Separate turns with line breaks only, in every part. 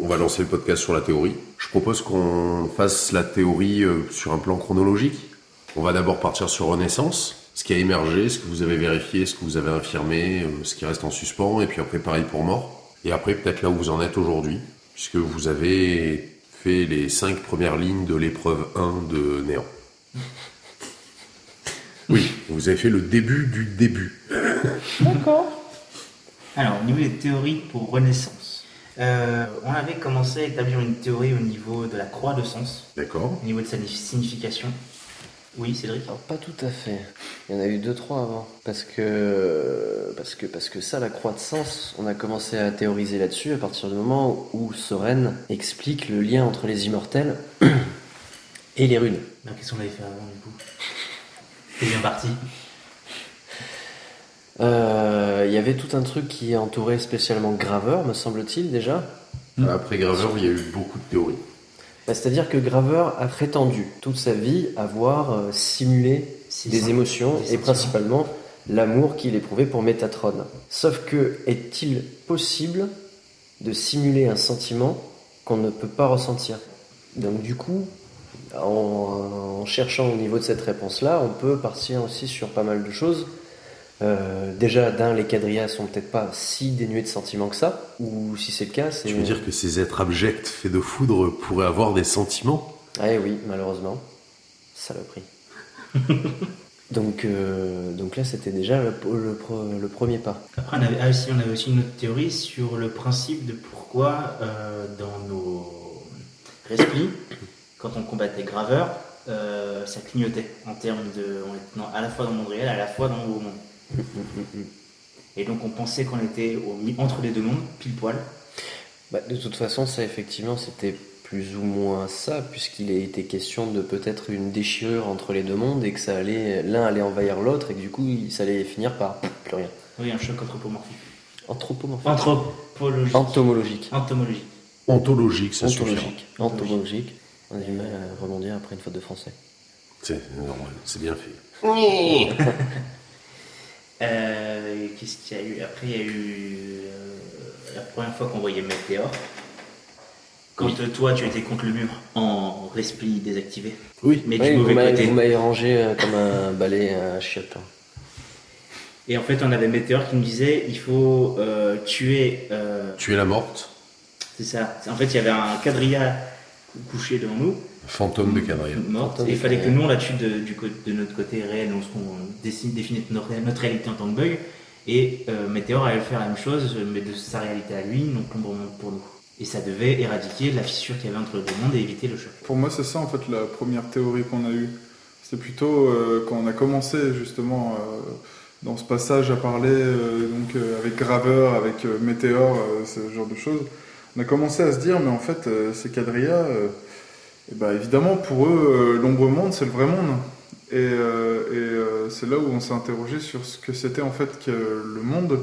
on va lancer le podcast sur la théorie. Je propose qu'on fasse la théorie euh, sur un plan chronologique. On va d'abord partir sur Renaissance, ce qui a émergé, ce que vous avez vérifié, ce que vous avez infirmé, euh, ce qui reste en suspens, et puis après pareil pour mort. Et après peut-être là où vous en êtes aujourd'hui, puisque vous avez fait les cinq premières lignes de l'épreuve 1 de Néant. Oui, vous avez fait le début du début.
Alors, au niveau des théories pour Renaissance, euh, on avait commencé à établir une théorie au niveau de la croix de sens,
D'accord
au niveau de sa signification. Oui, Cédric
Alors, pas tout à fait. Il y en a eu deux trois avant, parce que parce que parce que ça, la croix de sens, on a commencé à théoriser là-dessus à partir du moment où Soren explique le lien entre les immortels et les runes.
Alors, qu'est-ce qu'on avait fait avant, du coup C'est bien parti.
Euh, Il y avait tout un truc qui entourait spécialement Graveur, me semble-t-il déjà.
Après Graveur, il y a eu beaucoup de théories.
Bah, C'est-à-dire que Graveur a prétendu toute sa vie avoir euh, simulé
Si,
des
ça.
émotions
Des
et
sentiments.
principalement l'amour qu'il éprouvait pour Métatron. Sauf que est-il possible de simuler un sentiment qu'on ne peut pas ressentir Donc du coup, en, en cherchant au niveau de cette réponse-là, on peut partir aussi sur pas mal de choses. Euh, déjà, d'un, les quadrillas sont peut-être pas si dénués de sentiments que ça, ou si c'est le cas, c'est...
Tu veux dire que ces êtres abjects faits de foudre pourraient avoir des sentiments
Ah eh oui, malheureusement. Saloperie. donc, euh, donc là, c'était déjà le, le pro- le premier pas.
Après, on avait, ah, si, on avait aussi une autre théorie sur le principe de pourquoi, euh, dans nos respi, quand on combattait Graveur, euh, ça clignotait en termes de. On était dans- à la fois dans le monde réel, à la fois dans le haut monde. Et donc, on pensait qu'on était au mi- entre les deux mondes, pile poil.
Bah, de toute façon, ça, effectivement, c'était plus ou moins ça, puisqu'il a été question de peut-être une déchirure entre les deux mondes et que ça allait, l'un allait envahir l'autre et que du coup, il- ça allait finir par plus rien.
Oui, un choc anthropomorphique.
Anthropomorphique.
Anthropologique.
Entomologique.
Entomologie.
Ontologiques, ça suffit.
Anthropologique. Anthropologique. On a du mal à rebondir après une faute de français.
C'est euh, normal, c'est bien fait.
Euh, Qu'est-ce qu'il y a eu Après, il y a eu euh, la première fois qu'on voyait Météor. Quand euh, toi, tu étais contre le mur en respi désactivé.
Oui.
Mais
Oui,
du
vous
mauvais
m'avez-
côté.
vous m'avez rangé euh, comme un balai à chiottes. hein.
Et en fait, on avait Météor qui nous disait il faut euh, tuer. euh,
Tu es la morte,
C'est ça. En fait, il y avait un quadrilla couché devant nous,
fantôme de Cadria.
morte.
Fantôme
Et il fallait que
quadrilla.
nous, on la tue de, du co- de notre côté réel, on, on décide, définit notre, ré- notre réalité en tant que bug. Et euh, Météor allait faire la même chose, mais de sa réalité à lui, donc l'ombre monde pour nous. Et ça devait éradiquer la fissure qu'il y avait entre les deux mondes et éviter le choc.
Pour moi, c'est ça en fait la première théorie qu'on a eue. C'était plutôt euh, quand on a commencé justement euh, dans ce passage à parler euh, donc euh, avec Graveur, avec euh, Météor, euh, ce genre de choses. On a commencé à se dire, mais en fait, euh, ces quadrillas, euh, eh ben, évidemment, pour eux, euh, l'ombre monde, c'est le vrai monde. Et, euh, et, euh, c'est là où on s'est interrogé sur ce que c'était en fait que le monde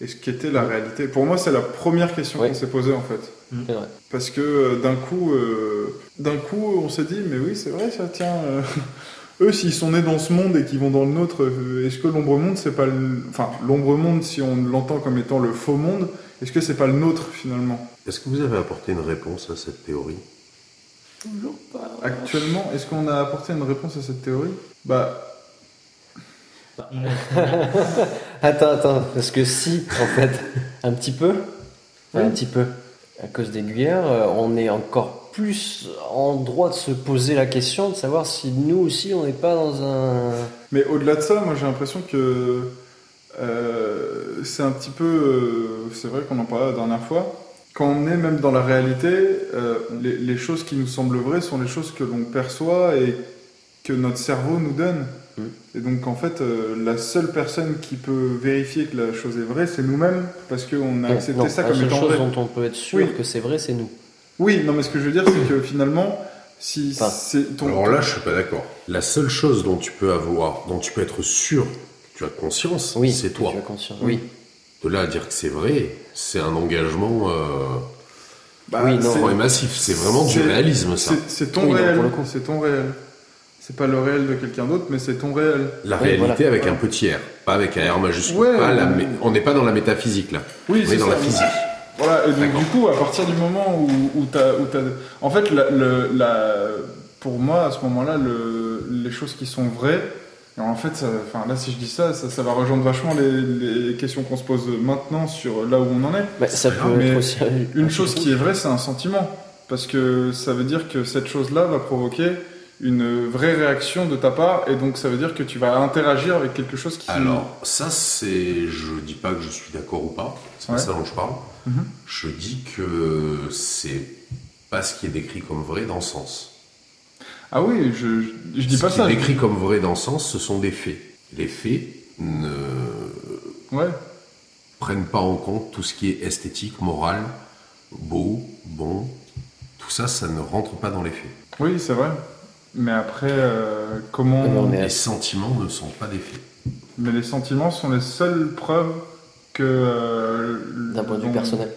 et ce qu'était la réalité. Pour moi, c'est la première question
Oui.
qu'on s'est posée en fait.
C'est vrai.
Parce que euh, d'un coup, euh, d'un coup, on s'est dit, mais oui, c'est vrai, ça tient. euh, eux, s'ils sont nés dans ce monde et qu'ils vont dans le nôtre, euh, est-ce que l'ombre monde, c'est pas, le... enfin, l'ombre monde, si on l'entend comme étant le faux monde, est-ce que c'est pas le nôtre finalement
Est-ce que vous avez apporté une réponse à cette théorie
Actuellement, est-ce qu'on a apporté une réponse à cette théorie Bah,
Bah, on a-
Attends, attends, parce que si, en fait, un petit peu, un petit peu, à cause des Guyères, euh, on est encore plus en droit de se poser la question de savoir si nous aussi on n'est pas dans un.
mais au-delà de ça, moi, j'ai l'impression que euh, c'est un petit peu, euh, c'est vrai qu'on en parlait la dernière fois. Quand on est même dans la réalité, euh, les, les choses qui nous semblent vraies sont les choses que l'on perçoit et que notre cerveau nous donne.
Mm.
Et donc en fait, euh, la seule personne qui peut vérifier que la chose est vraie, c'est nous-mêmes, parce qu'on a accepté
Non,
ça
la
comme
seule
étant
chose
vrai.
dont on peut être sûr
Oui.
que c'est vrai, c'est nous.
Oui, non, mais ce que je veux dire, c'est que finalement, si
Enfin,
c'est ton,
Alors là, je suis pas d'accord. La seule chose dont tu peux avoir, dont tu peux être sûr, tu as conscience,
Oui,
c'est toi.
Tu as conscience.
Oui.
Oui.
De là à dire que c'est vrai, c'est un engagement euh,
Bah,
Oui, non,
c'est-
fort et massif. C'est vraiment du
C'est-
réalisme, ça.
c'est- c'est ton
Oui, non,
réel,
pour le coup.
c'est ton réel. C'est pas le réel de quelqu'un d'autre, mais c'est ton réel.
La
Oui,
réalité
voilà.
avec un petit R, pas avec un R majuscule.
Ouais,
pas la
on-
mé- On n'est pas dans la métafísique là.
Oui,
on est
c'est
dans
ça.
la physique.
Voilà, et donc
D'accord.
du coup, à partir du moment où, où t'as, où t'as- En fait, la, le- la- pour moi, à ce moment-là, le- les choses qui sont vraies, et en fait, ça- enfin, là, si je dis ça, ça, ça va rejoindre vachement les, les questions qu'on se pose maintenant sur là où on en est.
Bah, ça peut
mais
être aussi.
Une chose qui est vraie, c'est un sentiment. Parce que ça veut dire que cette chose-là va provoquer une vraie réaction de ta part, et donc ça veut dire que tu vas interagir avec quelque chose qui...
Alors, ça, c'est. Je dis pas que je suis d'accord ou pas, c'est pas
Ouais.
ça dont je parle.
Mhm.
Je dis que c'est pas ce qui est décrit comme vrai dans le sens.
Ah oui, je, je, je dis
ce
pas
qui
ça.
est
je-
décrit comme vrai dans le sens, ce sont des faits. Les faits ne
Ouais.
prennent pas en compte tout ce qui est esthétique, moral, beau, bon. Tout ça, ça ne rentre pas dans les faits.
Oui, c'est vrai. Mais après, euh, comment...
Non, mais-
Les sentiments ne sont pas des faits.
Mais les sentiments sont les seules preuves que. euh,
D'un point de vue
l'on-
personnel.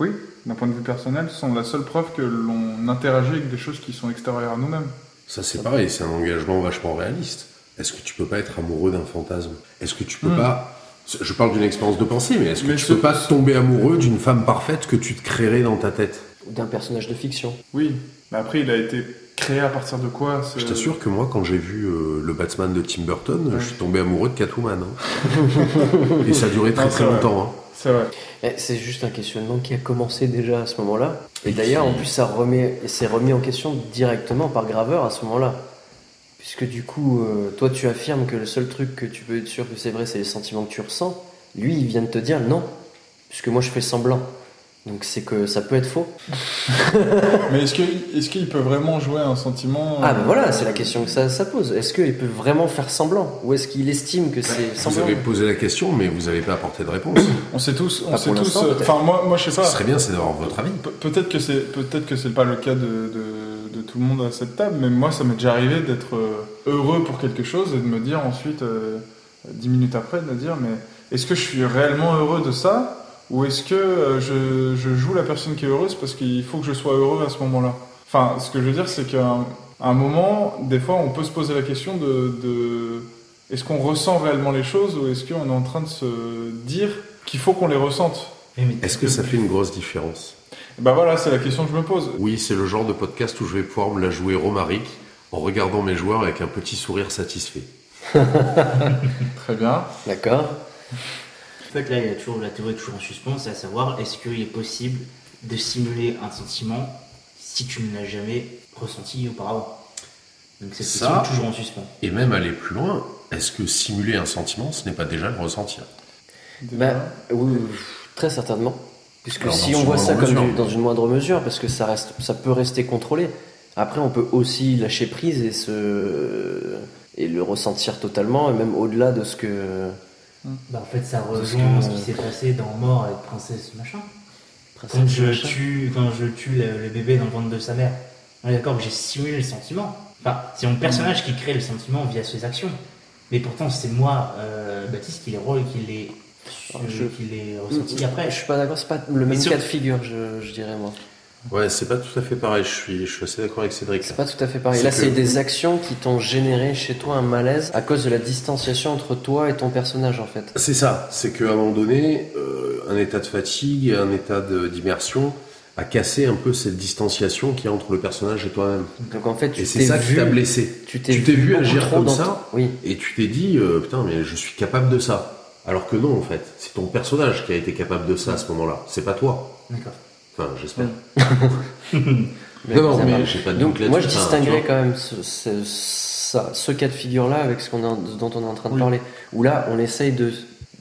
Oui, d'un point de vue personnel, sont la seule preuve que l'on interagit avec des choses qui sont extérieures à nous-mêmes.
Ça, c'est pareil, c'est un engagement vachement réaliste. Est-ce que tu peux pas être amoureux d'un fantasme Est-ce que tu peux
Hmm.
pas. Je parle d'une expérience de pensée, mais est-ce que
Mais
tu
ce-
peux pas tomber amoureux d'une femme parfaite que tu te créerais dans ta tête
Ou d'un personnage de fiction.
Oui, mais après, il a été créé à partir de quoi ce-
Je t'assure que moi, quand j'ai vu euh, le Batman de Tim Burton,
Ouais.
je suis tombé amoureux de Catwoman. hein. Et ça a duré très
Non,
très
c'est vrai.
longtemps. hein.
C'est vrai.
Eh, C'est juste un questionnement qui a commencé déjà à ce moment-là. Et d'ailleurs, en plus, ça remet, et c'est remis en question directement par Graveur à ce moment-là. Puisque du coup, euh, toi, tu affirmes que le seul truc que tu peux être sûr que c'est vrai, c'est les sentiments que tu ressens. Lui, il vient de te dire non, puisque moi, je fais semblant. Donc c'est que ça peut être faux.
Mais est-ce qu'il est qu'il peut vraiment jouer un sentiment
Ah ben
euh,
voilà, c'est la question que ça, ça pose. Est-ce qu'il peut vraiment faire semblant Ou est-ce qu'il estime que c'est
Vous
semblant
avez posé la question, mais vous n'avez pas apporté de réponse.
On sait tous. On
Pas
sait
pour
tous.
l'instant,
euh,
peut-être.
Enfin, moi, moi, je sais
Ce
pas.
qui serait bien, c'est d'avoir votre avis.
Pe- Peut-être que c'est peut-être que c'est pas le cas de, de- de tout le monde à cette table, mais moi ça m'est déjà arrivé d'être euh, heureux pour quelque chose et de me dire ensuite euh, dix minutes après de me dire mais est-ce que je suis réellement heureux de ça ou est-ce que euh, je, je joue la personne qui est heureuse parce qu'il faut que je sois heureux à ce moment-là. Enfin, ce que je veux dire c'est qu'à un, à un moment, des fois, on peut se poser la question de, de est-ce qu'on ressent réellement les choses ou est-ce qu'on est en train de se dire qu'il faut qu'on les ressente.
Oui, mais
Est-ce que ça fait une grosse différence
Bah voilà, c'est la question que je me pose.
Oui, c'est le genre de podcast où je vais pouvoir me la jouer romarique en regardant mes joueurs avec un petit sourire satisfait.
Très bien.
D'accord.
En fait, là, il y a toujours la théorie est toujours en suspens, c'est à savoir est-ce qu'il est possible de simuler un sentiment si tu ne l'as jamais ressenti auparavant Donc c'est
Ça-
question est toujours en suspens.
Et même aller plus loin, est-ce que simuler un sentiment, ce n'est pas déjà le ressentir
Bah, oui, oui, oui, très certainement. Puisque
Alors,
si
dans
on
une
voit ça
moindre
comme
mesure.
du- dans une moindre mesure, parce que ça, reste, ça peut rester contrôlé, après on peut aussi lâcher prise et, se, et le ressentir totalement, et même au-delà de ce que...
Bah, en fait, ça
Parce
rejoint
que-
ce qui s'est passé dans Mort avec Princesse Machin.
Princesse
Quand je
machin.
tue, quand je tue le, le bébé dans le ventre de sa mère, on est d'accord que j'ai simulé le sentiment. Enfin, c'est mon personnage qui crée le sentiment via ses actions. Mais pourtant, c'est moi, euh, Baptiste, qui les rôle, qui les,
Alors, Ah, je- Mm,
qui les ressenti après.
Je suis pas d'accord, c'est pas le même
sur-
cas de figure, je, je dirais moi.
Ouais, c'est pas tout à fait pareil, je suis, je suis assez d'accord avec Cédric.
C'est pas tout à fait pareil.
C'est
Là,
que-
c'est des actions qui t'ont généré chez toi un malaise à cause de la distanciation entre toi et ton personnage, en fait.
C'est ça, c'est qu'à un moment donné, euh, un état de fatigue, un état de- d'immersion a cassé un peu cette distanciation qu'il y a entre le personnage et toi-même.
Donc en fait, tu
Et c'est
t'es
ça qui
vu,
t'a blessé.
tu t'es
tu t'es vu
beaucoup
agir
trop
comme
dans
ça.
ton- Oui.
Et tu t'es dit, euh, putain, mais je suis capable de ça. Alors que non, en fait, c'est ton personnage qui a été capable de ça à ce moment-là, c'est pas toi.
D'accord.
Enfin, j'espère.
Mais
non, non,
bizarrement.
mais j'ai pas de
Donc
doute
moi je
là-dessus, enfin,
distinguerais
tu
quand même ce, ce- ça- ce cas de figure là avec ce qu'on est en- dont on est en train de
Oui.
parler, où là on essaye de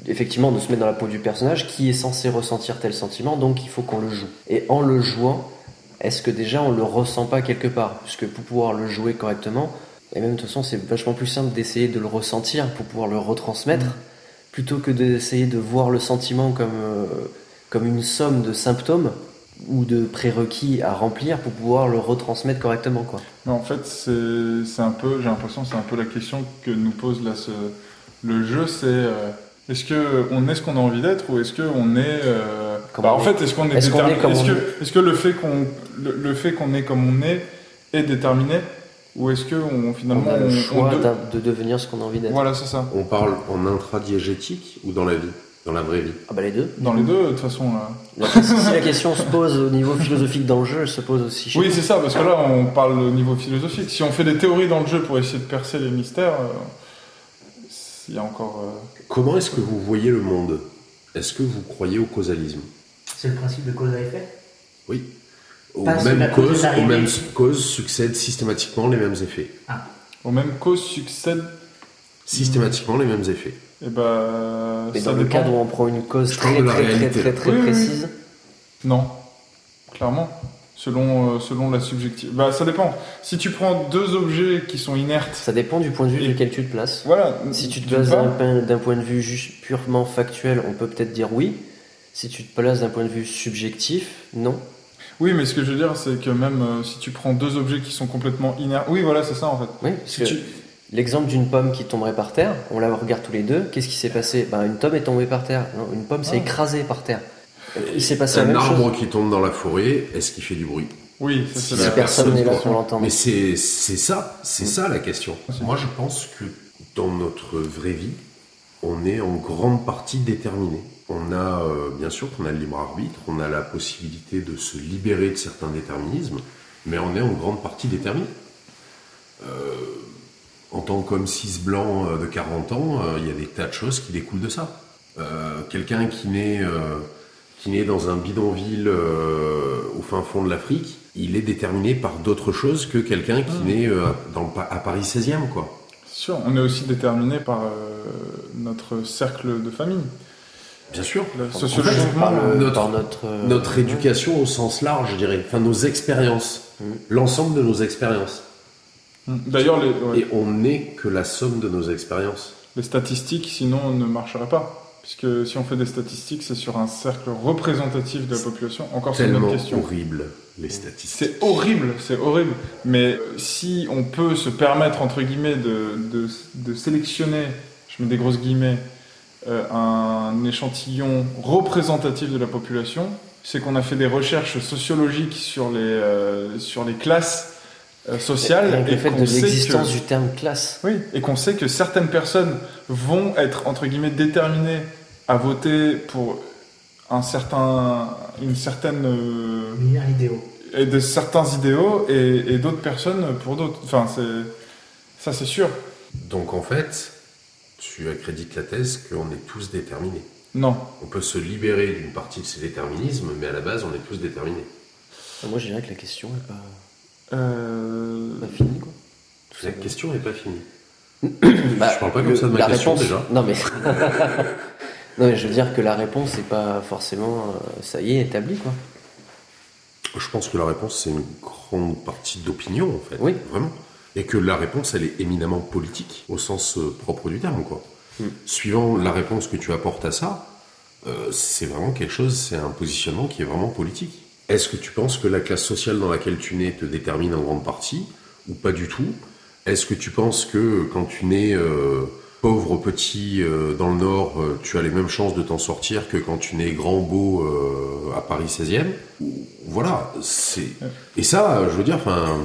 effectivement de se mettre dans la peau du personnage qui est censé ressentir tel sentiment, donc il faut qu'on le joue. Et en le jouant, est-ce que déjà on le ressent pas quelque part Puisque pour pouvoir le jouer correctement, et même de toute façon c'est vachement plus simple d'essayer de le ressentir pour pouvoir le retransmettre, plutôt que d'essayer de voir le sentiment comme, euh, comme une somme de symptômes ou de prérequis à remplir pour pouvoir le retransmettre correctement quoi.
Mais en fait, c'est c'est un peu, j'ai l'impression, que c'est un peu la question que nous pose là ce, le jeu, c'est euh, est-ce que on est ce qu'on a envie d'être ou est-ce que on est, euh,
Comme
bah,
on
en
est.
fait, est-ce qu'on est,
Est-ce qu'on
déterminé
est comme
Est-ce
on
que, est-ce que le fait qu'on le, le fait qu'on est comme on est est déterminé ou est-ce que on finalement
on a le
on-
choix
on de-
d'un- de devenir ce qu'on a envie d'être.
voilà c'est ça.
On parle en intradiégétique ou dans la vie dans la vraie vie
Ah bah les deux.
Dans les deux, de toute façon. euh. Là.
La- si la question se pose au niveau philosophique dans le jeu, elle se pose aussi chez
Oui, c'est ça, parce que là, on parle au niveau philosophique. Si on fait des théories dans le jeu pour essayer de percer les mystères, euh, il y a encore. euh,
Comment est-ce que vous voyez le monde Est-ce que vous croyez au causalisme
C'est le principe de cause à effet
Oui. Aux
Parce que la
mêmes
cause
causes,
est arrivée.
aux mêmes causes succèdent systématiquement les mêmes effets.
aux mêmes causes succèdent.
Systématiquement les mêmes effets.
Et Eh ben.
Mais
ça
dans le
dépend.
cadre où on prend une cause
Je
très
parle de la
très, très
réalité.
très très
Oui, oui, oui.
précise,
Non, clairement. Selon, euh, selon la subjective. Bah, ça dépend. Si tu prends deux objets qui sont inertes,
ça dépend du point de vue
Et-
duquel tu te places.
voilà.
Si tu euh, te
d'une
places
part,
d'un point- d'un point de vue juste purement factuel, on peut peut-être dire oui. Si tu te places d'un point de vue subjectif, non.
Oui, mais ce que je veux dire, c'est que même euh, si tu prends deux objets qui sont complètement inertes. Oui, voilà, c'est ça en fait.
Oui, parce
Si
que
tu-
l'exemple d'une pomme qui tomberait par terre, on la regarde tous les deux. Qu'est-ce qui s'est passé ben, Une pomme est tombée par terre. Non, une pomme s'est
Ah.
écrasée par terre. Il s'est passé la
Un
même chose.
arbre qui tombe dans la forêt, est-ce qu'il fait du bruit
Oui, ça,
Si
c'est
Si
la-
personne n'est là
personne
pour l'entendre.
Mais c'est c'est ça, c'est ça la question.
C'est-
Moi, je pense que dans notre vraie vie, on est en grande partie déterminé. On a, euh, bien sûr, qu'on a le libre arbitre, on a la possibilité de se libérer de certains déterminismes, mais on est en grande partie déterminé. Euh, en tant qu'homme cis blanc euh, de 40 ans, euh, il y a des tas de choses qui découlent de ça. Euh, Quelqu'un qui naît euh, qui naît dans un bidonville euh, au fin fond de l'Afrique, il est déterminé par d'autres choses que quelqu'un qui
Ah.
naît euh, dans, Pa- à Paris 16e, quoi.
C'est sûr, on est aussi déterminé par euh, notre cercle de famille.
Bien sûr.
Là,
En fait,
sociologiquement,
par le-
notre-
par notre, euh,
Notre éducation au sens large, je dirais, enfin nos expériences,
Mm.
l'ensemble de nos expériences.
d'ailleurs, les, ouais,
Et on n'est que la somme de nos expériences.
les statistiques, sinon, ne marcheraient pas. Puisque si on fait des statistiques, c'est sur un cercle représentatif de la population. Encore c'est une autre
Tellement
question.
horrible, les statistiques.
C'est horrible, c'est horrible. Mais euh, si on peut se permettre, entre guillemets, de, de- de sélectionner, je mets des grosses guillemets, euh, un échantillon représentatif de la population, c'est qu'on a fait des recherches sociologiques sur les, euh, sur les classes euh,
rien
sociales
que le fait
qu'on
de
sait que-
l'existence du terme classe.
oui, et qu'on sait que certaines personnes vont être entre guillemets déterminées à voter pour un certain, une certaine euh,
Milliard idéaux.
et de certains idéaux et, et d'autres personnes pour d'autres. Enfin, c'est ça, c'est sûr.
Donc en fait, tu accrédites la thèse qu'on est tous déterminés.
Non.
On peut se libérer d'une partie de ces déterminismes, mais à la base, on est tous déterminés.
Enfin, Moi, je dirais que la question n'est pas,
Euh,
pas finie. Quoi. Tout
La
simplement.
question n'est pas finie.
Euh, Bah,
je parle pas comme
le-
ça de ma
la
question,
réponse,
déjà.
Non mais... non, mais je veux dire que la réponse n'est pas forcément, euh, ça y est, établie. Quoi.
Je pense que la réponse, c'est une grande partie d'opinion, en fait.
Oui.
Vraiment. Et que la réponse, elle est éminemment politique, au sens euh, propre du terme, quoi.
Mm.
Suivant la réponse que tu apportes à ça, euh, c'est vraiment quelque chose, c'est un positionnement qui est vraiment politique. Est-ce que tu penses que la classe sociale dans laquelle tu nais te détermine en grande partie, ou pas du tout Est-ce que tu penses que quand tu nais euh, pauvre petit euh, dans le Nord, euh, tu as les mêmes chances de t'en sortir que quand tu nais grand beau euh, à Paris 16e Voilà, c'est... Et ça, euh, je veux dire, enfin...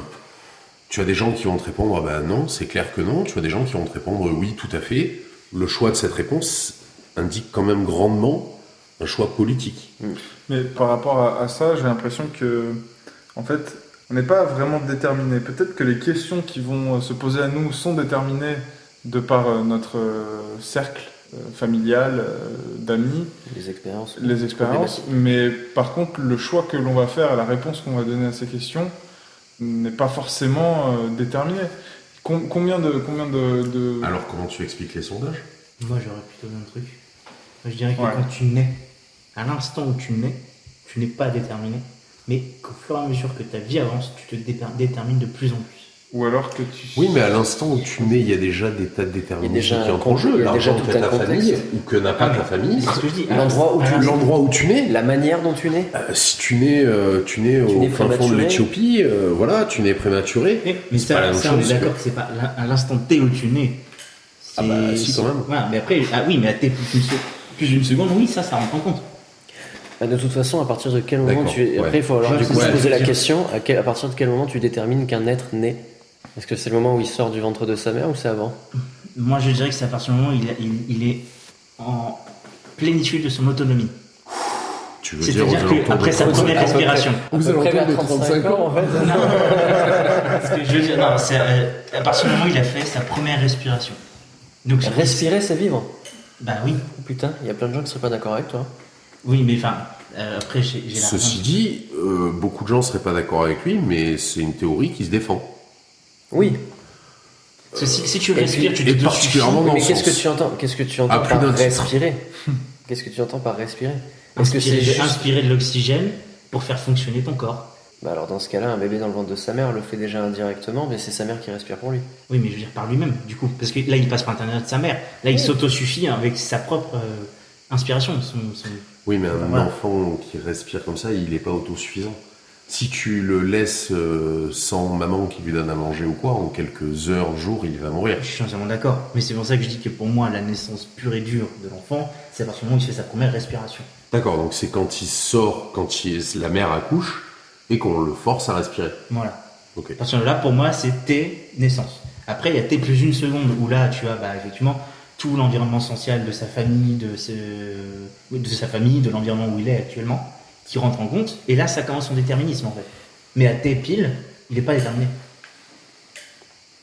Tu as des gens qui vont te répondre ah ben non, c'est clair que non. Tu as des gens qui vont te répondre oui, tout à fait. Le choix de cette réponse indique quand même grandement un choix politique.
Mais par rapport à, à ça, j'ai l'impression que, en fait, on n'est pas vraiment déterminé. Peut-être que les questions qui vont euh, se poser à nous sont déterminées de par euh, notre euh, cercle euh, familial, euh, d'amis,
Les expériences.
les expériences. Mais par contre, le choix que l'on va faire, la réponse qu'on va donner à ces questions, n'est pas forcément euh, déterminée. Com- combien de combien de, de-
Alors comment tu expliques les sondages
Moi, j'aurais plutôt un truc. Moi, je dirais que
Ouais.
quand tu nais, à l'instant où tu nais, tu n'es pas déterminé, mais qu'au fur et à mesure que ta vie avance, tu te déter- détermines de plus en plus.
Ou alors que tu.
Oui, mais à l'instant où tu nais, il y a déjà des tas de
Il
déterminants
y a déjà
qui
un
entrent en
con- il
jeu.
y a déjà
L'argent
tout
que
un
ta
contexte.
famille ou que n'a pas
Ah,
ta
mais
famille.
C'est ce que je dis. à
L'endroit où
l'instant-
tu-
à l'instant-
L'endroit où tu nais,
La manière dont tu nais.
euh, si tu nais, euh, tu nais
Tu
au
nais
fin fond de
prématuré.
l'Éthiopie, euh, voilà, tu nais prématuré.
Eh, Mais
C'est pas la
ça,
même
ça, on est
chose,
d'accord que c'est pas l'in- à l'instant T où tu nais.
Ah bah, si,
c'est-
quand même.
Ouais, mais après, ah oui, mais à T plus une, se- plus une seconde, oui, ça, ça rentre en compte.
Bah, de toute façon, à partir de quel moment
D'accord,
tu.
ouais.
Après, il faut alors
Ouais,
du coup,
ouais,
se poser la
c'est-
question à, quel- à partir de quel moment tu détermines qu'un être naît Est-ce que c'est le moment où il sort du ventre de sa mère ou c'est avant
Moi, je dirais que c'est à partir du moment où il, a- il- il est en plénitude de son autonomie.
Tu veux dire, aux
C'est-à-dire
alentours
qu'après
de
sa
30
première
à peu près.
respiration.
Vous
Aux alentours des 35 ans.
en fait.
Non, ce que je veux dire, non, c'est euh, à partir du moment où il a fait sa première respiration. Donc, ça-
Respirer, c'est vivre.
Bah oui,
Putain, il y a plein de gens qui seraient pas d'accord avec toi.
oui, mais enfin, euh, après, j'ai j'ai la
Ceci dit, euh, beaucoup de gens seraient pas d'accord avec lui, mais c'est une théorie qui se défend.
Oui.
Ceci, si tu
Et puis-
respires, tu te
et
dessus.
particulièrement dans
mais
le
qu'est-ce que
sens.
tu entends Qu'est-ce que tu entends
plus
par
d'un titre.
respirer Qu'est-ce que tu entends par respirer Est-ce que
Inspirer,
c'est juste-
inspirer de l'oxygène pour faire fonctionner ton corps.
Bah alors dans ce cas-là, un bébé dans le ventre de sa mère le fait déjà indirectement, mais c'est sa mère qui respire pour lui.
Oui, mais je veux dire par lui-même, du coup. Parce que là, il passe par l'intérieur de sa mère. Là, il
Oui.
s'autosuffit hein, avec sa propre euh, inspiration. son- son-
Oui, mais un
Voilà.
enfant qui respire comme ça, il n'est pas autosuffisant. Si tu le laisses euh, sans maman qui lui donne à manger ou quoi, en quelques heures, jours, il va mourir.
Je suis entièrement d'accord. Mais c'est pour ça que je dis que pour moi, la naissance pure et dure de l'enfant, c'est à partir du moment où il fait sa première respiration.
D'accord, donc c'est quand il sort, quand il- la mère accouche, et qu'on le force à respirer.
Voilà.
Ok.
À partir de là, pour moi, c'est tes naissances. Après, il y a tes plus une seconde où là, tu as bah, effectivement tout l'environnement social de sa famille, de, ce- oui, de sa famille, de l'environnement où il est actuellement, qui rentre en compte. Et là, ça commence son déterminisme en fait. Mais à tes piles, il n'est pas déterminé.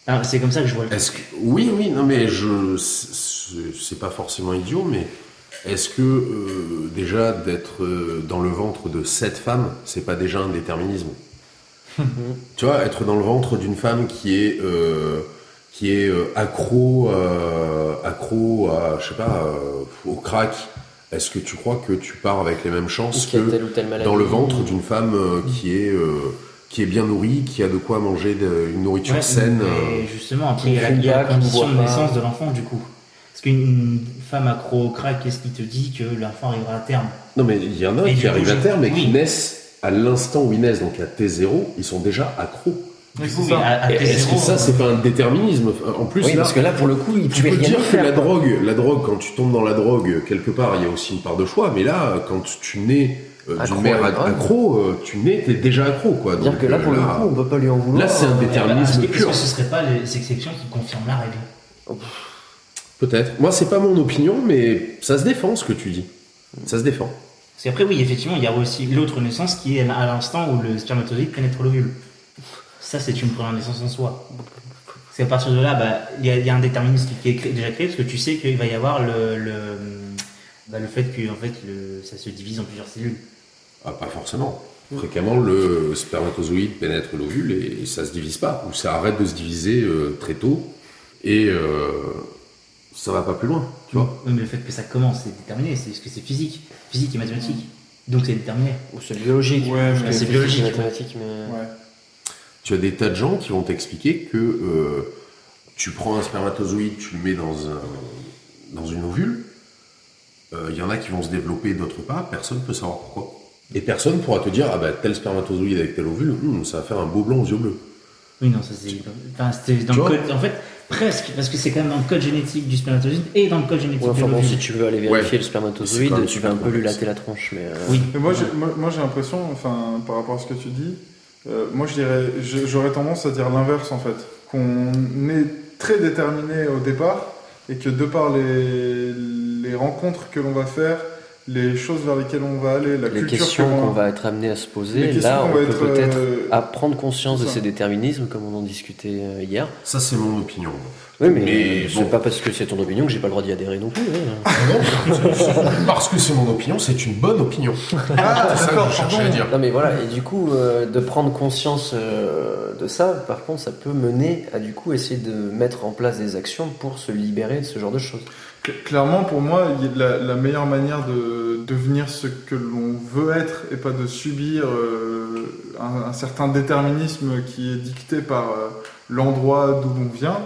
Alors, c'est comme ça que je vois le
Est-ce que oui, oui, non, mais je c'est c'est pas forcément idiot, mais est-ce que euh, déjà d'être euh, dans le ventre de cette femme, c'est pas déjà un déterminisme Tu vois, être dans le ventre d'une femme qui est euh, qui est euh, accro euh, accro à je sais pas euh, au crack. Est-ce que tu crois que tu pars avec les mêmes
Ou
chances
qu'il y a
que
telle ou telle maladie.
dans le ventre d'une femme euh, qui est euh, qui est bien nourrie, qui a de quoi manger de- une nourriture
Ouais,
saine euh,
Mais justement, après, il
qui
y a la- il y a la
cognac, qui
condition
boit
de
pas.
naissance de l'enfant, du coup. Parce qu'une femme accro au crack, qu'est-ce qui te dit que l'enfant arrivera à terme
Non, mais il y en a
Et du
qui
coup,
arrivent à
j'ai-
terme et qui
oui.
naissent à l'instant où ils naissent, donc à T0, ils sont déjà accros.
Du
c'est
coup,
ça.
oui, à, à
Et
tes
Est-ce que
zéros,
ça, c'est pas un déterminisme En plus,
Oui,
là,
parce que là, pour le coup, il
tu
pouvait
peux te
rien
dire que
faire.
la drogue, la drogue, quand tu tombes dans la drogue, quelque part, il y a aussi une part de choix, mais là, quand tu nais euh,
Accro
d'une mère
à la drogue.
accro, euh, tu nais, t'es déjà accro, quoi.
C'est-à-dire
Donc,
que là,
euh,
pour le coup, on peut pas lui en vouloir.
là, c'est un
Eh ben, Est-ce
déterminisme
que, est-ce
pur.
que ce ne seraient pas les exceptions qui confirment la règle
Peut-être. Moi, c'est pas mon opinion, mais ça se défend, ce que tu dis. Ça se défend.
Parce qu'après, oui, effectivement, il y a aussi l'autre naissance qui est à l'instant où le spermatozoïde pénètre l'ovule. Ça, c'est une première naissance en soi. C'est à partir de là, bah, il y, a- il y a un déterminisme qui, qui est cré- déjà créé, parce que tu sais qu'il va y avoir le, le, bah, le fait que en fait, le- ça se divise en plusieurs cellules.
Ah, pas forcément. Fréquemment, le spermatozoïde pénètre l'ovule et ça se divise pas, ou ça arrête de se diviser euh, très tôt et euh, ça va pas plus loin, tu vois.
Oui, mais le fait que ça commence, c'est déterminé, c'est parce que c'est physique, physique et mathématique. Donc c'est déterminé.
Ou c'est biologique.
Ouais, mais-
Parce que
C'est
physique,
biologique.
mathématique, mais.
Ouais.
Tu as des tas de gens qui vont t'expliquer que euh, tu prends un spermatozoïde, tu le mets dans, un, dans une ovule, euh, il y en a qui vont se développer, d'autres pas, personne peut savoir pourquoi. Et personne pourra te dire, ah bah tel spermatozoïde avec tel ovule, hum, ça va faire un beau blanc aux yeux bleus.
Oui, non, ça c'est. Enfin, c'était dans
Tu
le
vois
code. En fait, presque, parce que c'est quand même dans le code génétique du spermatozoïde et dans le code génétique
Ouais, enfin
de
bon,
l'ovule.
si tu veux aller vérifier
Ouais.
le
C'est quand
spermatozoïde,
même
tu vas un
super
peu lui
complexe.
latter la tronche, mais. euh,
Oui.
Mais moi, j'ai- moi, moi, j'ai l'impression, enfin, par rapport à ce que tu dis, euh, moi, je dirais, je- j'aurais tendance à dire l'inverse, en fait. Qu'on est très déterminé au départ et que de par les, les rencontres que l'on va faire, les choses vers lesquelles on va aller, la
Les
culture
questions
que l'on-
qu'on va être amené à se
les
poser,
questions
là,
qu'on
on
va
peut
être,
peut-être
euh,
à prendre conscience
c'est
de
ça.
ces déterminismes, comme on en discutait euh, hier.
Ça c'est mon opinion.
Oui, mais, euh,
Mais
c'est
bon.
pas parce que c'est ton opinion que j'ai pas le droit d'y adhérer non plus. hein.
Parce que c'est mon opinion, c'est une bonne opinion.
Ah,
C'est ça que
d'accord,
je cherchais à
pardon.
dire.
Non, mais voilà, et du coup, euh, de prendre conscience euh, de ça, par contre, ça peut mener à du coup essayer de mettre en place des actions pour se libérer de ce genre de choses.
Cl- Clairement, pour moi, il y a la, la meilleure manière de devenir ce que l'on veut être et pas de subir euh, un, un certain déterminisme qui est dicté par euh, l'endroit d'où l'on vient,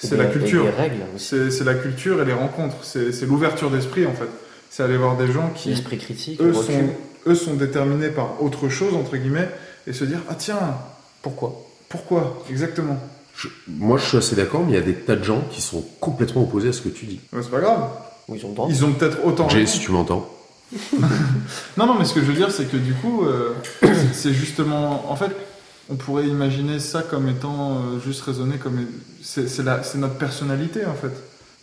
c'est
Et
la
des- et
culture.
des règles aussi.
C'est c'est la culture et les rencontres. C'est c'est l'ouverture d'esprit, en fait. C'est aller voir des gens qui,
L'esprit critique, le
eux
recul.
sont, eux, sont déterminés par autre chose, entre guillemets, et se dire Ah, tiens,
Pourquoi
pourquoi Exactement.
Je- moi je suis assez d'accord, mais il y a des tas de gens qui sont complètement opposés à ce que tu dis.
Ouais, c'est pas grave.
Ou ils ont le droit
Ils ont peut-être autant.
Jay, si tu m'entends.
Non, non, mais ce que je veux dire, c'est que du coup, euh, c'est- c'est justement. En fait, on pourrait imaginer ça comme étant euh, juste raisonné comme. c'est- C'est la- c'est notre personnalité, en fait.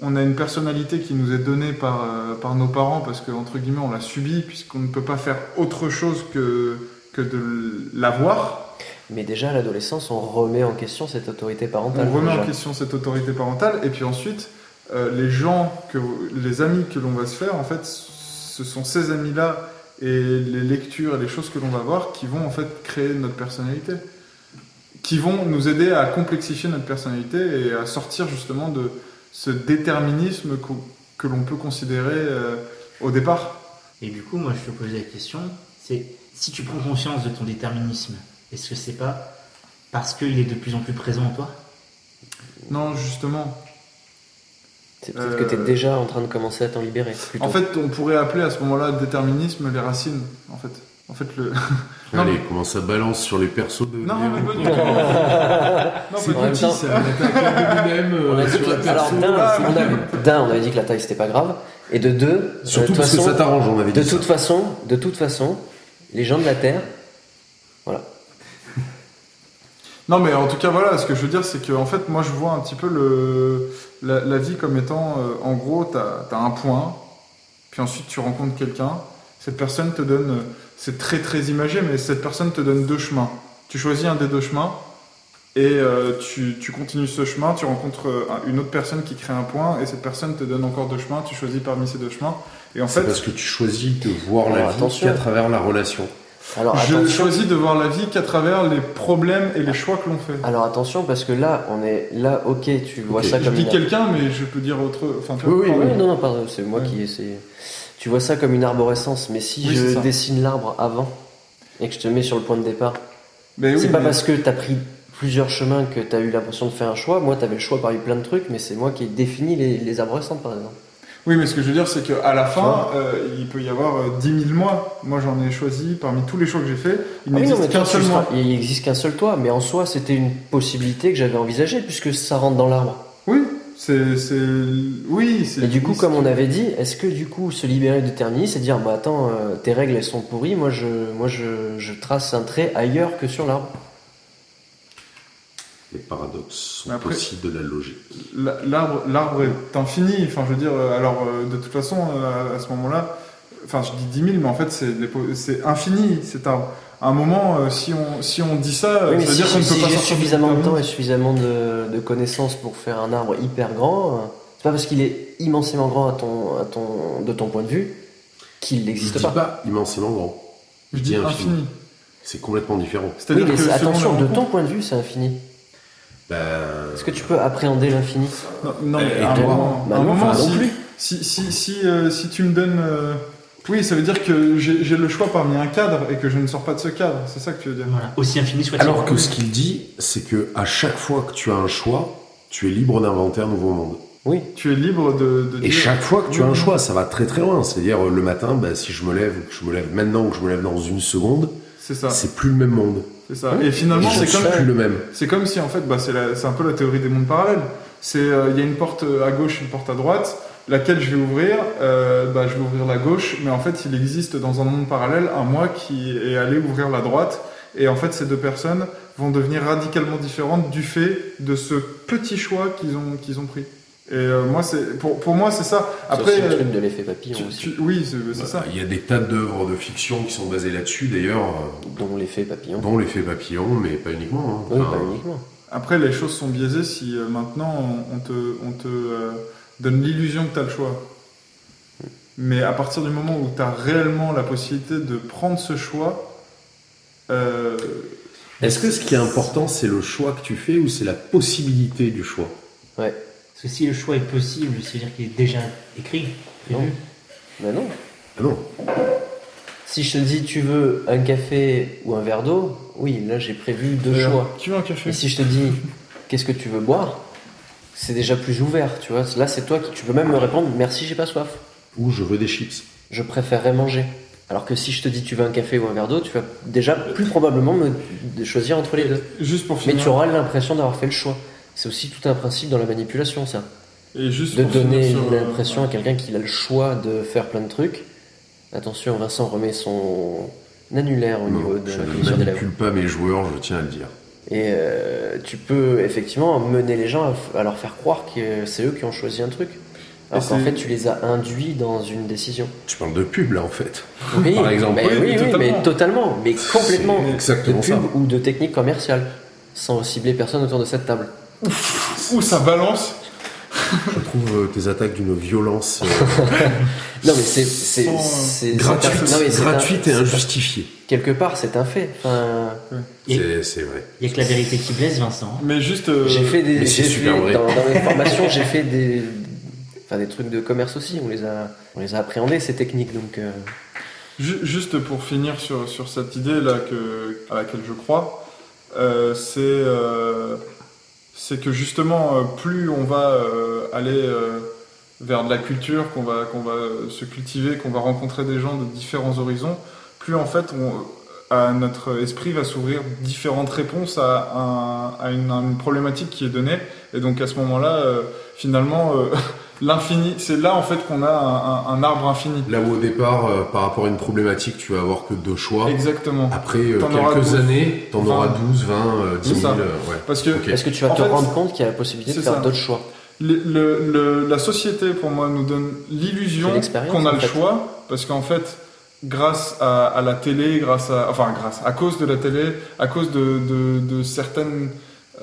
on a une personnalité qui nous est donnée par, euh, par nos parents parce que, entre guillemets, on l'a subie puisqu'on ne peut pas faire autre chose que, que de l'avoir.
Mais déjà à l'adolescence, on remet en question cette autorité parentale.
On remet
déjà.
en question cette autorité parentale et puis ensuite, euh, les gens, que, les amis que l'on va se faire, en fait, ce sont ces amis-là et les lectures et les choses que l'on va voir qui vont en fait créer notre personnalité, qui vont nous aider à complexifier notre personnalité et à sortir justement de ce déterminisme qu'on- que l'on peut considérer euh, au départ.
Et du coup, moi, je te pose la question, c'est si tu prends conscience de ton déterminisme, est-ce que c'est pas parce qu'il est de plus en plus présent en toi
Non, justement.
C'est peut-être que tu es
Euh,
déjà en train de commencer à t'en libérer. plutôt.
En fait, on pourrait appeler à ce moment-là déterminisme les racines. En fait, en fait le. Non,
Allez, comment ça balance sur les persos de
Non, mais
Léon
pas du tout. Non,
C'est
pas
en même
petit,
temps-
ça. L'attaque de Eminem, euh,
On a dit
sur
que-
la
alors
perso.
d'un,
Ah,
on a- d'un, on avait dit que la taille c'était pas grave, et de deux, euh, de
Surtout
toute
parce que
façon-
ça t'arrange, on avait
de
dit. ça.
toute façon, de toute façon, les gens de la Terre, voilà.
Non, mais en tout cas, voilà, ce que je veux dire, c'est que en fait, moi, je vois un petit peu le, la, la vie comme étant, euh, en gros, t'as as un point, puis ensuite tu rencontres quelqu'un, cette personne te donne, euh, c'est très très imagé, mais cette personne te donne deux chemins. Tu choisis un des deux chemins, et euh, tu, tu continues ce chemin, tu rencontres euh, un- une autre personne qui crée un point, et cette personne te donne encore deux chemins, tu choisis parmi ces deux chemins, et en fait,
Parce que tu choisis de voir
Alors,
la vie
attention.
qu'à travers la relation.
Alors
je
attention,
choisis de voir la vie qu'à travers les problèmes et les choix que l'on fait.
alors attention parce que là, on est là, ok, tu vois
Ok,
ça
Je
comme
dis
une.
quelqu'un, mais je peux dire autre. Enfin, tu vois,
Oui, oui,
pardon.
Oui, non, non, pardon, c'est moi
Ouais.
qui essayais. Tu vois ça comme une arborescence, mais si
Oui, c'est
je
ça.
dessine l'arbre avant et que je te mets sur le point de départ,
Mais oui,
c'est pas
mais-
parce que t'as pris plusieurs chemins que t'as eu l'impression de faire un choix. Moi, t'avais le choix parmi plein de trucs, mais c'est moi qui ai défini les, les arborescentes, par exemple.
Oui, mais ce que je veux dire, c'est qu'à la fin,
vois
euh, il peut y avoir euh, 10 000 mois. Moi, j'en ai choisi parmi tous les choix que j'ai
Ah
fait. Il
oui, non,
n'existe
mais
qu'un
toi, tu
seul
seras-
mois.
Il existe qu'un seul toi, mais en soi, c'était une possibilité que j'avais envisagée puisque ça rentre dans l'arbre.
Oui, c'est. c'est- Oui, c'est.
Et du coup,
c'est-
comme on avait dit, est-ce que du coup, se libérer du déterminisme, c'est dire, bah attends, euh, tes règles elles sont pourries, moi je, moi je, je trace un trait ailleurs que sur l'arbre.
Les paradoxes sont
Mais après-
possibles de la logique.
la- L'arbre l'arbre est infini. Enfin, je veux dire, euh, alors, euh, de toute façon, euh, à ce moment-là, enfin, je dis 10 000, mais en fait, c'est les po- c'est infini, cet arbre. À un moment, euh, si, on, si on dit ça,
Oui,
euh,
mais
ça veut
si,
dire qu'on ne
si
peut pas
j'ai
sortir du
suffisamment de
terme.
temps et suffisamment de, de connaissances pour faire un arbre hyper grand, euh, c'est pas parce qu'il est immensément grand à ton, à ton, de ton point de vue qu'il
Je
n'existe
dis
pas.
pas immensément grand.
Je dis
infini.
infini.
C'est complètement différent.
Oui,
C'est-à-dire
mais
que
c'est-
selon les
attention, de
rencontres-
ton point de vue, c'est infini.
Bah,
Est-ce que tu peux appréhender l'infini
Non, non, mais
Et
à un
toi
moment,
Bah
à un
non,
moment,
enfin, non
si-
plus.
Si, si, si, euh, si tu me donnes. euh, Oui, ça veut dire que j'ai j'ai le choix parmi un cadre et que je ne sors pas de ce cadre. C'est ça que tu veux dire.
Voilà, aussi infini soit-il.
Alors que ce qu'il dit, c'est que à chaque fois que tu as un choix, tu es libre d'inventer un nouveau monde.
Oui.
Tu es libre de, de
Et
dire.
chaque fois que tu as un
Oui.
choix, ça va très très loin. C'est-à-dire euh, le matin, bah, si je me lève, que je me lève maintenant ou que je me lève dans une seconde,
C'est ça.
c'est plus le même monde.
C'est ça. Et finalement,
Je ne
c'est
suis
comme,
plus le même.
c'est comme si en fait, bah, c'est la- c'est un peu la théorie des mondes parallèles. C'est euh, il y a une porte à gauche, une porte à droite. Laquelle je vais ouvrir euh, bah, Je vais ouvrir la gauche, mais en fait, il existe dans un monde parallèle un moi qui est allé ouvrir la droite. Et en fait, ces deux personnes vont devenir radicalement différentes du fait de ce petit choix qu'ils ont, qu'ils ont pris. Et euh, moi, c'est pour, pour moi, c'est ça.
c'est
Après,
aussi le
euh,
truc de l'effet papillon
tu-
aussi.
tu- oui, c'est c'est ça.
Bah, Il y a des tas d'œuvres de fiction qui sont basées là-dessus, d'ailleurs, euh,
dont l'effet papillon.
dont l'effet papillon, mais pas uniquement. hein.
Oui,
Enfin,
pas uniquement.
Après, les choses sont biaisées si euh, maintenant on, on te, on te euh, donne l'illusion que tu as le choix. Mais à partir du moment où tu as réellement la possibilité de prendre ce choix, euh,
Est-ce que ce qui est important, c'est le choix que tu fais ou c'est la possibilité du choix
Parce que si le choix est possible, c'est-à-dire qu'il est déjà écrit, prévu.
Non. Mais non.
Ah non,
Si je te dis tu veux un café ou un verre d'eau, oui, là j'ai prévu deux
euh,
choix.
tu veux un café
Et si je te dis qu'est-ce que tu veux boire, c'est déjà plus ouvert, tu vois. Là c'est toi qui tu peux même me répondre merci, j'ai pas soif.
ou je veux des chips.
Je préférerais manger. Alors que si je te dis tu veux un café ou un verre d'eau, tu vas déjà plus probablement me de choisir entre les deux.
Juste pour
Mais
finir.
tu auras l'impression d'avoir fait le choix. C'est aussi tout un principe dans la manipulation, ça.
Et juste
de
pour finir
donner
sur, euh,
l'impression à quelqu'un qu'il a le choix de faire plein de trucs. Attention, Vincent remet son annulaire au niveau
Non,
de
je
la
ne
commission des lèvres.
manipule pas mes joueurs, je tiens à le dire.
Et euh, tu peux effectivement mener les gens à, f- à leur faire croire que c'est eux qui ont choisi un truc. Alors
Et
qu'en
c'est-
fait, tu les as induits dans une décision.
Tu parles de pub là en fait.
Oui,
Par exemple.
mais,
Oui,
oui, oui,
totalement.
mais totalement, mais complètement.
C'est
De
exactement
pub
ça.
ou de technique commerciale, sans cibler personne autour de cette table.
Ouh, ça balance
Je trouve euh, tes attaques d'une violence euh,
Non, mais c'est. c'est-
Sans-
c'est- c'est
gratuite,
un- non, mais c'est un-
gratuite et
c'est-
injustifiée.
Quelque part, c'est un fait. Enfin,
Et-
C'est c'est vrai.
Il n'y a que la vérité qui blesse, Vincent. hein.
Mais juste. euh,
j'ai fait des.
mais c'est
j'ai
super
fait-
vrai.
dans, dans mes formations, j'ai fait des. Enfin, des trucs de commerce aussi. On les a, on les a appréhendés, ces techniques. Donc, euh,
Ju- Juste pour finir sur, sur cette idée là que, à laquelle je crois, euh, c'est euh, c'est que justement euh, plus on va euh, aller euh, vers de la culture, qu'on va, qu'on va euh, se cultiver, qu'on va rencontrer des gens de différents horizons, plus en fait on, à notre esprit va s'ouvrir différentes réponses à, un- à une, à une problématique qui est donnée. Et donc à ce moment-là, euh, finalement, euh, l'infini, c'est là en fait qu'on a un- un- un arbre infini.
Là où au départ, euh, par rapport à une problématique, tu vas avoir que deux choix.
Exactement.
Après euh,
T'en auras
quelques
12,
années, t'en
20.
auras 12, 20, euh, 10
C'est
000.
ça.
euh, ouais.
Parce que
Ok.
parce que tu vas
En
te
fait,
rendre compte qu'il y a la possibilité de
c'est
faire
ça.
d'autres choix.
le- le- le- la société, pour moi, nous donne l'illusion
C'est l'expérience,
qu'on a
en
le
fait.
choix, parce qu'en fait, grâce à, à la télé, grâce à, enfin, grâce, à cause de la télé, à cause de, de- de certaines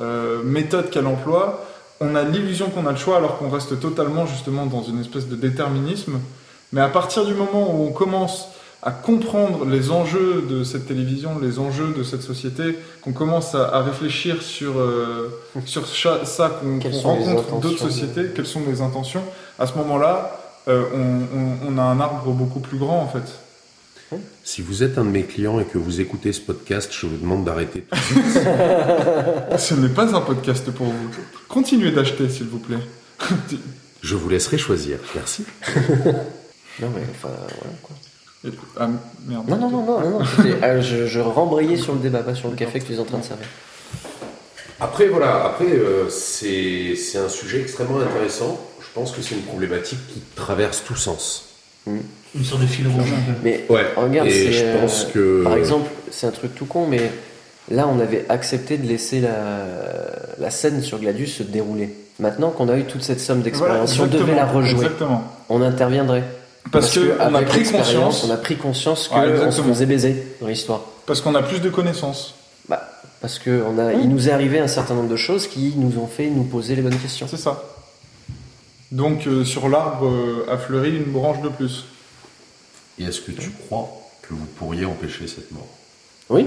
euh, méthodes qu'elle emploie, on a l'illusion qu'on a le choix, alors qu'on reste totalement, justement, dans une espèce de déterminisme. Mais à partir du moment où on commence à comprendre les enjeux de cette télévision, les enjeux de cette société, qu'on commence à, à réfléchir sur, euh, sur cha- ça, qu'on
Quelles
qu'on
sont les
rencontre d'autres
intentions de-
sociétés, quelles sont les intentions, à ce moment-là, euh, on, on- on a un arbre beaucoup plus grand en fait.
Si vous êtes un de mes clients et que vous écoutez ce podcast, je vous demande d'arrêter.
Ce n'est pas un podcast pour vous. Continuez d'acheter s'il vous plaît.
Je vous laisserai choisir. Merci.
Non, mais enfin, voilà quoi.
Et- ah, merde.
Non, non, non, non, non, non, c'était- ah, je, je rembrayais sur le débat, pas sur le café que tu es en train de servir.
Après, voilà, après, euh, c'est c'est un sujet extrêmement intéressant. Je pense que c'est une problématique qui traverse tout sens.
Une sorte de fil rouge un peu.
Mais
Ouais.
Regarde,
et
c'est,
je
euh,
pense que.
Par exemple, c'est un truc tout con, mais là, on avait accepté de laisser la, la scène sur Gladius se dérouler. Maintenant qu'on a eu toute cette somme
Voilà,
d'expérience, on devait
exactement,
la rejouer.
Exactement.
On interviendrait.
Parce, que qu'on a
avec
pris
l'expérience,
conscience,
On a pris conscience
Ouais,
qu'on se
exactement.
faisait baiser dans l'histoire.
parce qu'on a plus de connaissances.
Bah, parce que on a, il nous est arrivé un certain nombre de choses qui nous ont fait nous poser les bonnes questions.
C'est ça. Donc euh, sur l'arbre euh, a fleuri une branche de plus.
Et est-ce que tu crois que vous pourriez empêcher cette mort
Oui.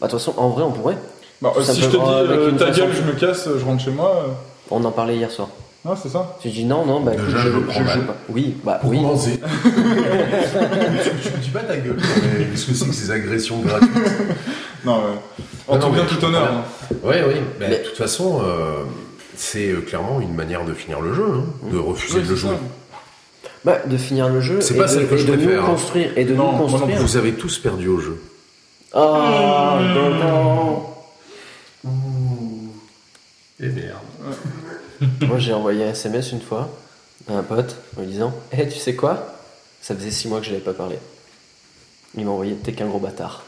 Bah, de toute façon, en vrai, on pourrait.
Bah, euh,
Ça
si
peut
je te dis
voir avec
euh,
une
ta
façon-
gueule, je me casse, je rentre chez moi. euh,
On en parlait hier soir.
ouais, c'est ça.
Tu dis non, non, bah
Déjà,
écoute,
je
je,
le prends
je
mal.
joue pas. Oui, bah oui.
commencer. je ne dis pas ta gueule. Mais qu'est-ce que c'est que ces agressions gratuites
Non, euh, en
Non,
tout
mais
bien
je
tout honneur.
comprends
hein.
Oui, oui. Bah,
Mais-
De toute façon, euh, c'est euh, clairement une manière de finir le jeu, hein,
Mm.
de refuser
Ouais,
de
c'est
le jouer.
ça.
Bah, de finir le jeu
C'est
et,
pas
de,
celle que
et
je
de nous
préfère.
construire et de
Non,
nous
moi non
construire.
Vous avez tous perdu au jeu.
Ah,
Et Eh merde.
Moi j'ai envoyé un SMS une fois à un pote en lui disant Eh tu sais quoi Ça faisait six mois que je n'avais pas parlé. Il m'a envoyé T'es qu'un gros bâtard.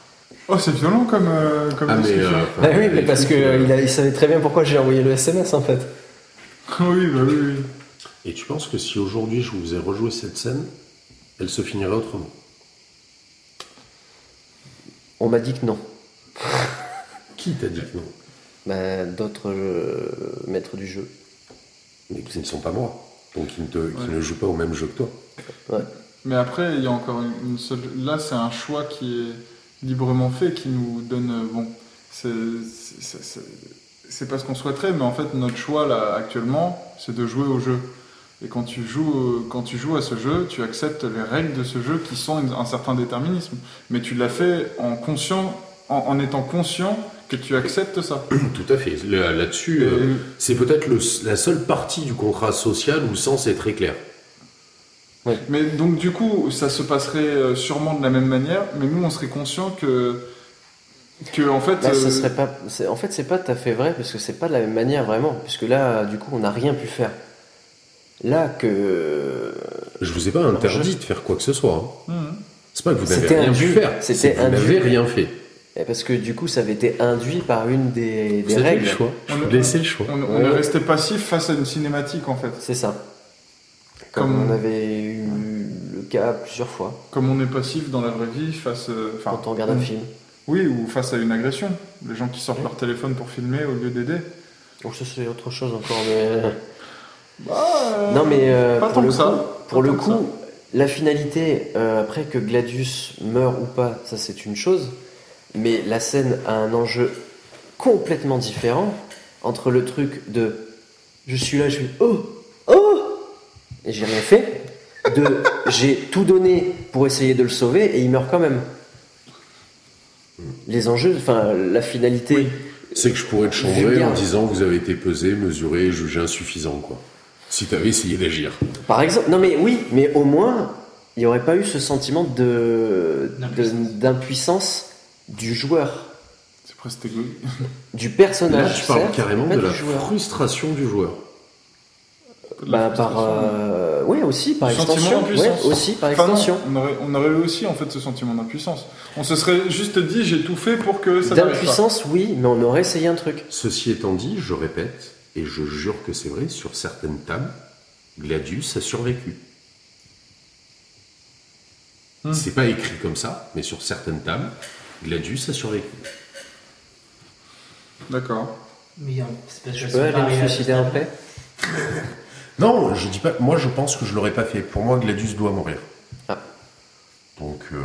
Oh, c'est violent comme, euh, comme
Ah, mais.
discussion.
euh,
Bah oui,
enfin,
mais
les
parce
trucs,
qu'il
euh,
il savait très bien pourquoi j'ai envoyé le SMS en fait.
euh,
oui, bah oui, oui.
Et tu penses que si aujourd'hui je vous ai rejoué cette scène, elle se finirait autrement
On m'a dit que non.
Qui t'a dit que non
Bah, d'autres euh, maîtres du jeu.
Mais qui ne sont pas moi. Donc ils ne, te- qui ne jouent pas au même jeu que toi.
Mais après, il y a encore une, une seule. Là, c'est un choix qui est librement fait, qui nous donne. euh, Bon, c'est- c'est- c'est c'est- c'est pas ce qu'on souhaiterait, mais en fait, notre choix là actuellement, c'est de jouer au jeu. Et quand tu joues, euh, quand tu joues à ce jeu, tu acceptes les règles de ce jeu qui sont une- un certain déterminisme. Mais tu l'as fait en conscient, en, en étant conscient que tu acceptes ça.
Tout à fait. Là- Là-dessus,
Et-
euh, c'est peut-être le- la seule partie du contrat social où le sens est très clair.
Mais donc du coup, ça se passerait euh, sûrement de la même manière, mais nous, on serait conscient que que en fait,
Là, ça
euh,
serait pas. c'est- En fait, c'est pas tout à fait vrai parce que c'est pas de la même manière vraiment. Puisque là, du coup, on n'a rien pu faire. Là que
Je vous ai pas interdit de faire quoi que ce soit. hein.
hum.
C'est pas que vous n'avez
C'était
rien
un
pu
dû.
faire.
C'était
c'est que
un
Vous
dû.
n'avez rien fait.
Eh, Parce que du coup, ça avait été induit par une des, des
Vous avez le
règles.
choix. Je
On
vous
a-
laissais le choix.
On, on est resté passif face à une cinématique en fait.
C'est ça. comme
Comme-
on avait eu le cas plusieurs fois
Comme on est passif dans la vraie vie face. euh, enfin,
quand on regarde un film.
Oui, ou face à une agression. Les gens qui sortent leur téléphone pour filmer au lieu d'aider.
Donc ça c'est autre chose encore. Mais...
Bah, euh,
Non mais euh,
pas
pour
tant
le
que
coup,
ça.
pour
Pas
le
tant que ça.
coup la finalité, euh, après que Gladius meure ou pas, ça c'est une chose, mais la scène a un enjeu complètement différent entre le truc de je suis là, je suis oh, oh, et j'ai rien fait, de j'ai tout donné pour essayer de le sauver et il meurt quand même. Les enjeux, enfin la finalité.
C'est que je pourrais te chambrer
Vulgaire.
en disant que vous avez été pesé, mesuré, et jugé insuffisant, quoi. Si t'avais essayé d'agir.
Par exemple, non mais oui, mais au moins, il n'y aurait pas eu ce sentiment de
D'impuissance.
de- d'impuissance du joueur,
C'est presque égoïste.
du
Là,
personnage.
je parle
certes,
carrément
mais
de
pas
la
du joueur.
frustration du joueur.
Bah, par, euh, ouais, aussi par
Du sentiment
extension, ouais,
d'impuissance.
aussi par
Enfin, non,
extension.
on, aurait, on aurait eu aussi en fait ce sentiment d'impuissance. On se serait juste dit j'ai tout fait pour que ça n'arrive pas.
D'impuissance, oui, mais on aurait essayé un truc.
Ceci étant dit, je répète, et je jure que c'est vrai, sur certaines tables, Gladius a survécu.
Hmm.
C'est pas écrit comme ça, mais sur certaines tables, Gladius a survécu.
D'accord.
Mais euh, c'est parce que
Je
c'est
peux
pas
aller
arrivé à
me
ce
suicider
stade.
après
Non, je dis pas. Moi, je pense que je l'aurais pas fait. Pour moi, Gladius doit mourir.
Ah.
Donc, euh,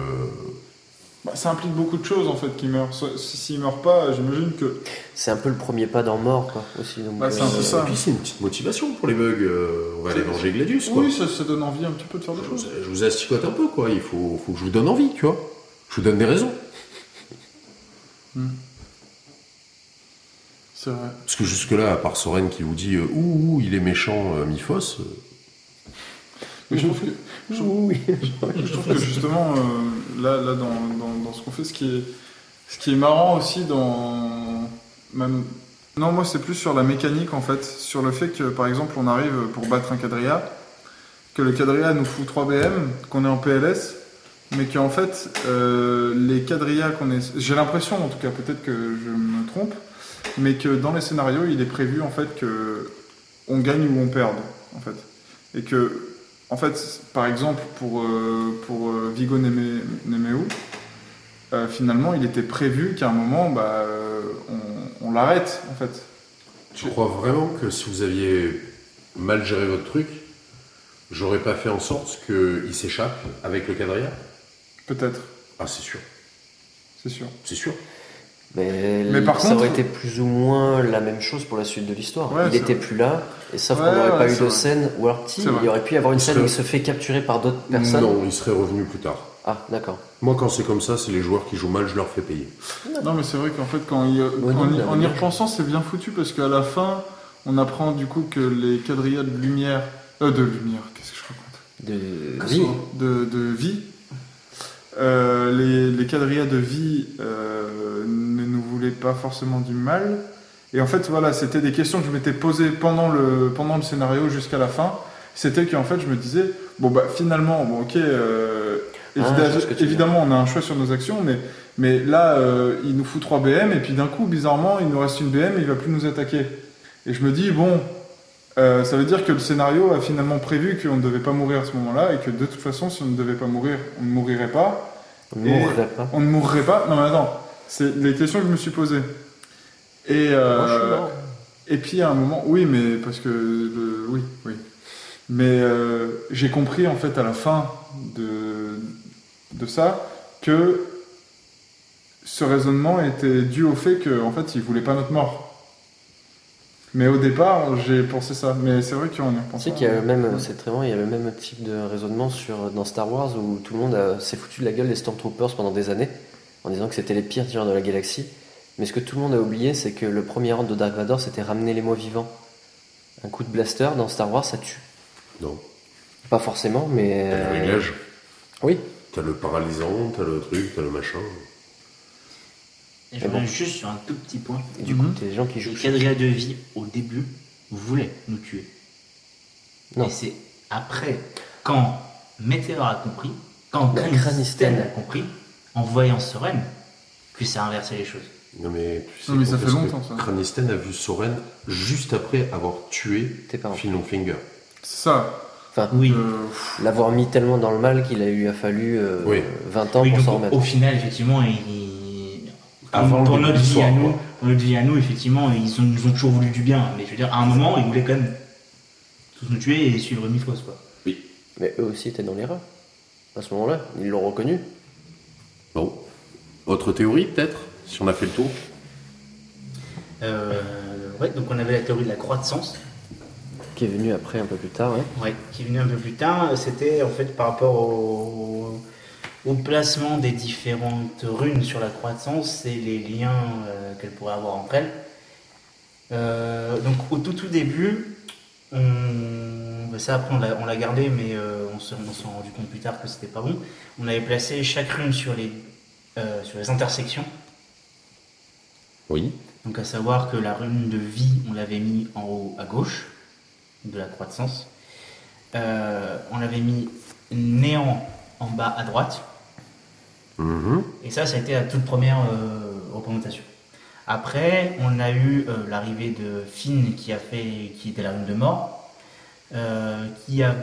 Bah, ça implique beaucoup de choses en fait qu'il meurt. So- si- S'il meurt pas, j'imagine que.
C'est un peu le premier pas dans mort, quoi, aussi. donc,
Bah, c'est un peu
euh,
ça.
et puis c'est une petite motivation pour les bugs. euh, on va aller venger Gladius, quoi.
Oui, ça, ça donne envie un petit peu de faire
Je
des
vous,
choses.
je vous asticote un peu, quoi. Il faut, faut que je vous donne envie, tu vois. Je vous donne des raisons.
C'est vrai.
Parce que jusque-là, à part Soren qui vous dit euh, ouh, ouh, il est méchant, euh, mi-fausse, euh,
Mais je trouve que, je trouve-
oui.
je trouve que, justement euh, là, là dans, dans- dans ce qu'on fait, ce qui est, ce qui est marrant aussi dans même. Non, moi c'est plus sur la mécanique en fait, sur le fait que par exemple on arrive pour battre un quadrilla, que le quadrilla nous fout 3 BM, qu'on est en PLS, mais qu'en fait euh, les quadrillas qu'on est. J'ai l'impression en tout cas, peut-être que je me trompe, mais que dans les scénarios il est prévu en fait que on gagne ou on perde en fait. Et que en fait, par exemple, pour, euh, pour euh, Vigo Neme- Nemeu, euh, finalement, il était prévu qu'à un moment, bah, euh, on, on l'arrête, en fait.
Je crois vraiment que si vous aviez mal géré votre truc, j'aurais pas fait en sorte qu'il s'échappe avec le quadrilla
Peut-être,
Ah, c'est sûr,
c'est sûr.
c'est sûr.
Mais,
Mais par
ça aurait
contre-
été plus ou moins la même chose pour la suite de l'histoire.
Ouais,
il
c'est
était
vrai.
plus là, et sauf qu'on
Ouais,
n'aurait
ouais,
pas eu
c'est
de
vrai.
scène, ou alors si,
C'est vrai.
il aurait pu y avoir une
Il
scène
serait-
où il se fait capturer par d'autres personnes.
Non, il serait revenu plus tard.
Ah, d'accord.
Moi, quand c'est comme ça, c'est les joueurs qui jouent mal, je leur fais payer.
Non, mais c'est vrai qu'en fait, quand y- en, y- en y repensant, c'est bien foutu, parce qu'à la fin, on apprend du coup que les quadrillas de lumière... Euh, de lumière, qu'est-ce que je raconte
De
Comme
vie.
ça.
de, de vie. Euh, les, les quadrillas de vie euh, ne nous voulaient pas forcément du mal. Et en fait, voilà, c'était des questions que je m'étais posées pendant le, pendant le scénario jusqu'à la fin. C'était qu'en fait, je me disais, bon, bah finalement, bon, ok, euh,
Ah,
évidemment,
je vois ce que tu veux dire.
évidemment, on a un choix sur nos actions, mais, mais là, euh, il nous fout 3 BM, et puis d'un coup, bizarrement, il nous reste une BM, et il va plus nous attaquer. Et je me dis, bon, euh, ça veut dire que le scénario a finalement prévu qu'on ne devait pas mourir à ce moment-là et que de toute façon, si on ne devait pas mourir, on ne mourirait pas.
On
Et-
mourra pas.
On ne mourrait pas. Non, mais attends, c'est les questions que je me suis posées. Et, euh,
Moi, Ah, je suis mort.
et puis à un moment, oui, mais parce que. le- oui, oui. Mais euh, j'ai compris en fait à la fin de, de ça que ce raisonnement était dû au fait qu'en en fait ils voulaient pas notre mort. Mais au départ, j'ai pensé ça. Mais c'est vrai qu'on y
Tu
repense.
sais qu'il y a le même, euh, c'est très bon, il y a le même type de raisonnement sur, dans Star Wars où tout le monde a- s'est foutu de la gueule des Stormtroopers pendant des années en disant que c'était les pires tireurs de la galaxie. Mais ce que tout le monde a oublié, c'est que le premier ordre de Dark Vador, c'était ramener les morts vivants. Un coup de blaster dans Star Wars, ça tue.
Non.
Pas forcément, mais. euh,
T'as le réglage,
Oui,
t'as le paralysant, t'as le truc, t'as le machin.
Et je
Mais Ah bon.
reviens juste sur un tout petit point.
et du
Mhm.
coup, t'as des gens qui jouent.
Les quadrillas de vie, au début, voulaient nous tuer.
Non.
Et c'est après, quand Météor a compris, quand
La
Granisten
Kranisten.
a compris, en voyant Soren, que ça a inversé les choses.
Non, mais tu sais.
Non, mais ça
quand
fait
est-ce que
longtemps, ça.
Cranisten a vu Soren juste après avoir tué
Tes parents.
Phil Longfinger.
C'est ça.
Enfin,
Oui.
Euh, pff,
l'avoir mis tellement dans le mal qu'il a lui a fallu euh,
Oui.
20 ans
Oui,
pour
donc,
s'en
au-
remettre.
au final, effectivement, il-
Avant
dans
le
notre vie
soir,
à nous,
quoi.
dans notre vie à nous, effectivement, ils ont, nous ont toujours voulu du bien. Mais je veux dire, à un moment, ils voulaient quand même tous nous tuer et suivre Mifros, quoi.
Mais eux aussi étaient dans l'erreur. À ce moment-là, ils l'ont reconnu.
Bon. Autre théorie, peut-être Si on a fait le tour
Euh, ouais, donc on avait la théorie de la croissance,
Qui est venu après un peu plus tard, ouais.
ouais, qui est venue un peu plus tard. C'était en fait par rapport au, au placement des différentes runes sur la croissance et les liens euh, qu'elles pourraient avoir entre elles. Euh, donc au tout tout début, on, bah, ça après on l'a- on l'a gardé, mais euh, on s'est on s'est rendu compte plus tard que c'était pas bon. On avait placé chaque rune sur les, euh, sur les intersections.
Oui.
Donc à savoir que la rune de vie, on l'avait mis en haut à gauche de la croix de sens. Euh, on l'avait mis néant en bas à droite.
Mhm.
Et ça, ça a été la toute première euh, représentation. Après, on a eu euh, l'arrivée de Finn qui a fait, qui était la rune de mort, euh, qui a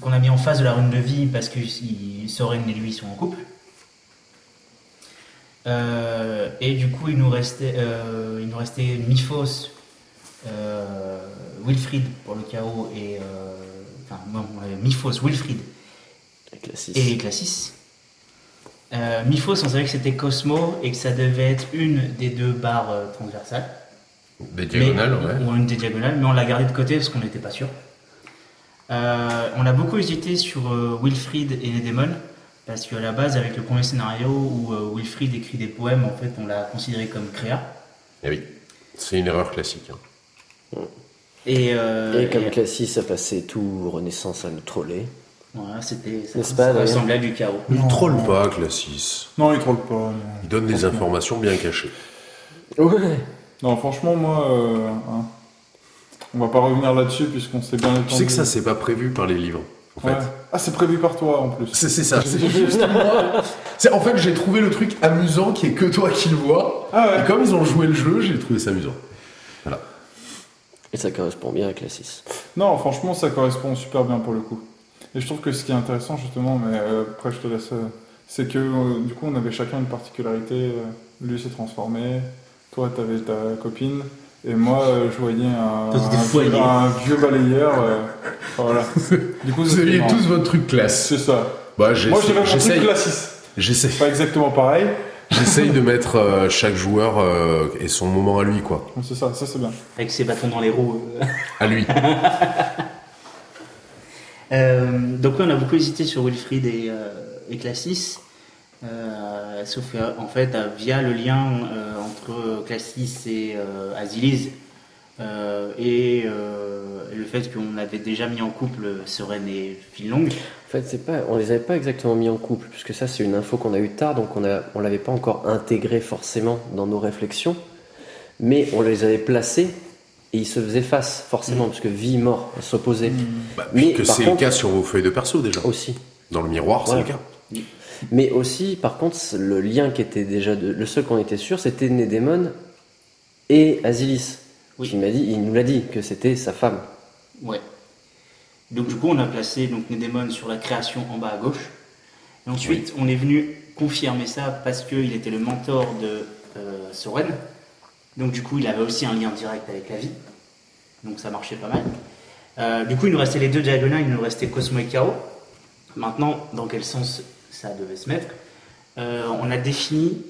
qu'on a mis en face de la rune de vie parce que il- Soren et lui sont en couple. Euh, et du coup, il nous restait, euh, il nous restait Miphos, euh, Wilfried pour le chaos et euh, enfin non, euh, Miphos, Wilfried
Avec la 6.
et Classis. Euh, Miphos, on savait que c'était Cosmo et que ça devait être une des deux barres euh, transversales.
Des diagonales,
Mais-
ouais.
Ou une des diagonales, mais on l'a gardé de côté parce qu'on n'était pas sûr. Euh, on a beaucoup hésité sur euh, Wilfried et les démons, parce qu'à la base, avec le premier scénario où euh, Wilfried écrit des poèmes, en fait, on l'a considéré comme créa.
Eh oui. C'est une erreur classique. hein.
Et, euh,
Et comme
et-
Classis a passé tout Renaissance à nous troller.
voilà, c'était ça,
N'est-ce pas,
ça
Adrien
ressemblait à du chaos.
Il
Non.
troll pas, Classis.
Non, il troll pas. non.
Il donne des informations bien cachées.
Ouais.
Non, franchement, moi, euh, hein, on va pas revenir là-dessus puisqu'on s'est bien
Tu sais que ça, c'est pas prévu par les livres, en fait.
Ouais. Ah, c'est prévu par toi en plus.
C'est c'est ça. c'est juste moi. C'est- En fait, j'ai trouvé le truc amusant qui est que toi qui le vois.
Ah ouais.
Et comme ils ont joué le jeu, j'ai trouvé ça amusant.
Et ça correspond bien à Classis.
Non, franchement, ça correspond super bien pour le coup. Et je trouve que ce qui est intéressant, justement, mais euh, après je te laisse, euh, c'est que euh, du coup, on avait chacun une particularité. euh, lui s'est transformé, toi, t'avais ta copine, et moi, euh, je voyais un,
Toi, t'étais
un
foyer.
vieux- un vieux balayeur. euh, voilà. Du coup,
Vous
c'était
aviez
marrant.
tous votre truc classe.
C'est ça.
Bah, j'essa-
Moi, j'avais mon truc
j'essaye,
classiste.
j'essaye,
Pas exactement pareil.
j'essaye de mettre euh, chaque joueur euh, et son moment à lui, quoi.
Bon, C'est ça, ça c'est bien.
Avec ses bâtons dans les roues. euh.
À lui. Bah,
Euh, donc oui, on a beaucoup hésité sur Wilfried et, euh, et Classis, Euh, sauf qu'en fait, euh, via le lien euh, entre Classis et euh, Aziliz, euh, et euh, le fait qu'on avait déjà mis en couple euh, Soren et Finlong,
En fait, c'est pas, on les avait pas exactement mis en couple, puisque ça, c'est une info qu'on a eue tard, donc on a, on l'avait pas encore intégré forcément dans nos réflexions. Mais on les avait placés et ils se faisaient face, forcément, parce que vie, mort, s'opposaient
Bah,
Mais,
puisque
par
c'est le
contre-
cas sur vos feuilles de perso déjà.
aussi.
Dans le miroir, c'est
Ouais.
le cas.
Mais aussi, par contre, le lien qui était déjà de- le seul qu'on était sûr, c'était Nédémon et Asilis.
Oui.
Qui m'a dit, il nous l'a dit que c'était sa femme.
ouais. Donc du coup, on a placé donc Nedemon sur la création en bas à gauche. Et ensuite, on est venu confirmer ça parce qu'il était le mentor de euh, Soren. Donc du coup, il avait aussi un lien direct avec la vie. Donc ça marchait pas mal. Euh, du coup, il nous restait les deux diagonales, il nous restait Cosmo et Chaos. Maintenant, dans quel sens ça devait se mettre Euh, On a défini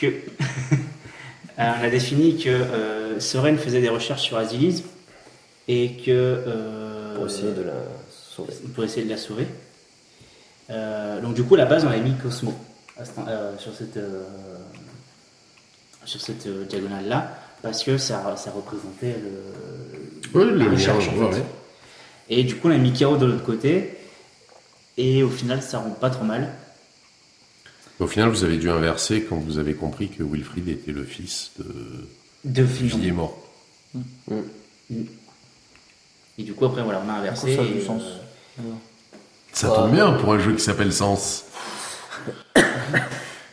que Euh, on a défini que euh, Soren faisait des recherches sur Asilis et que euh,
Pour essayer de la sauver.
pour essayer de la sauver. Euh, donc du coup, à la base, on avait mis Cosmo à ce- euh, sur cette, euh, sur cette euh, diagonale-là, parce que ça, ça représentait le,
Ah,
Oui, le
la
lien,
recherche. en
ouais,
fait.
ouais.
Et du coup, on a mis Chaos de l'autre côté, et au final, ça rend pas trop mal.
Au final, vous avez dû inverser quand vous avez compris que Wilfried était le fils de
De
Vie est
finir.
mort.
Et du coup, après, voilà, on a inversé.
Du coup, ça a
et,
du sens.
euh,
Ça
Ah.
tombe bien pour un jeu qui s'appelle Sens.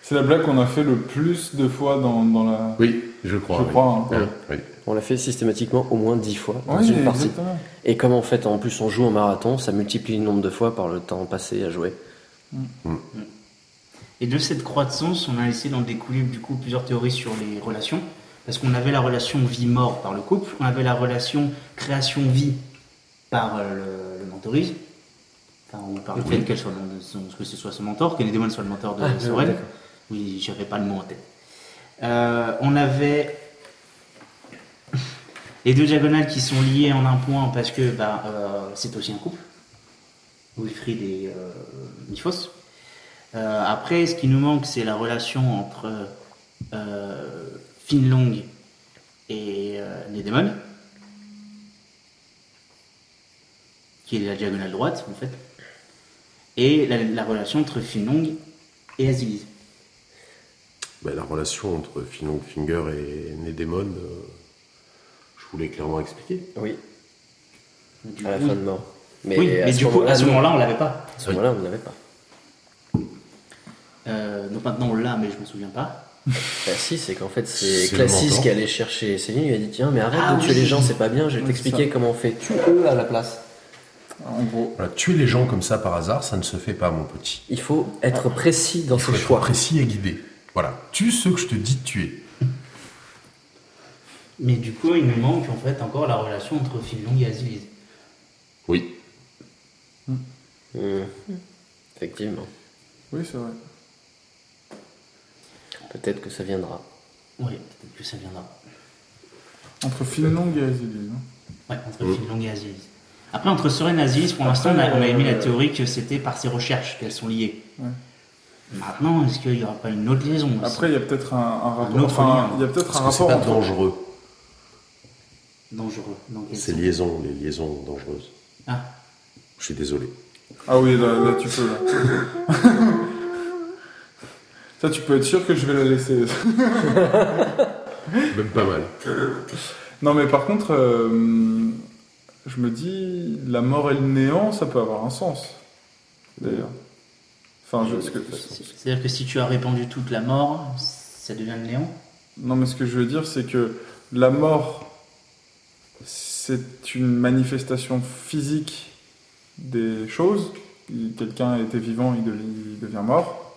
C'est la blague qu'on a fait le plus de fois dans, dans la.
Oui, je crois.
je
oui.
crois. hein.
Ouais, oui.
On l'a fait systématiquement au moins 10 fois dans
Ouais,
une partie.
exactement.
Et comme en fait, en plus, on joue en marathon, ça multiplie le nombre de fois par le temps passé à jouer.
Et de cette croix de sens, on a laissé dans des coulisses du coup plusieurs théories sur les relations. Parce qu'on avait la relation vie-mort par le couple, on avait la relation création-vie par euh, le, le mentorisme, enfin, ou par le fait qu'elle soit, son- que ce soit son mentor, qu'elle démon soit le mentor de
Ah,
Sorel.
d'accord.
Oui, j'avais pas le mot en tête. Euh, on avait les deux diagonales qui sont liées en un point parce que bah, euh, c'est aussi un couple. Wilfried et euh, Miphos. Euh, après, ce qui nous manque, c'est la relation entre euh, Finlong et euh, les démons, qui est la diagonale droite en fait, et la, la relation entre Finlong et Aziz.
Bah, la relation entre Finon Finger et Nedemon, euh, je vous l'ai clairement expliqué.
Oui,
Du
à la
coup,
fin de mort. Ah, Mais,
oui, mais
ce
du coup,
moment-là,
à ce
non.
moment-là, on l'avait pas.
À ce moment-là, on n'avait pas.
Euh, donc maintenant, on l'a, mais je me souviens pas.
Bah si, c'est qu'en fait, c'est
C'est le
Classis
mentor.
qui allait chercher Céline, il a dit tiens, mais arrête
Ah
de tuer
oui.
les gens, c'est pas bien, je vais
Oui,
t'expliquer
c'est
comment on fait. Tue eux à la place.
En gros.
Voilà, tuer les gens comme ça par hasard, ça ne se fait pas, mon petit.
Il faut être précis dans
Il faut
ses
être
choix.
précis et guidé. Voilà, tue ceux que je te dis de tuer.
Mais du coup, il nous manque en fait encore la relation entre Finlong et Aziz.
Oui.
Mmh. Effectivement.
Oui, c'est vrai.
Peut-être que ça viendra.
Oui, peut-être que ça viendra.
Entre Finlong et Azili.
Ouais, entre Finlong et Aziz. Après, entre Soren et Aziz, pour l'instant, on a, on a émis la théorie que c'était par ses recherches qu'elles sont liées.
euh, Ouais.
Maintenant, est-ce qu'il n'y aura pas une autre liaison aussi
Après, il y a peut-être un, un rapport.
autre
enfin,
lien.
il y a peut-être
Parce
un
que c'est
rapport
pas
entre.
dangereux.
Dangereux. Dans quel
C'est
sens
liaison, les liaisons dangereuses.
Ah,
Je suis désolé.
Ah oui, là, là, tu peux. Là. Ça, tu peux être sûr que je vais la laisser.
Même pas mal.
Non, mais par contre, euh, je me dis, la mort et le néant, ça peut avoir un sens. D'ailleurs. Enfin, je, ce que-
c'est-à-dire que si tu as répandu toute la mort, ça devient le néant
non, mais ce que je veux dire, c'est que la mort, c'est une manifestation physique des choses. Il- Quelqu'un était vivant, il, de- il devient mort.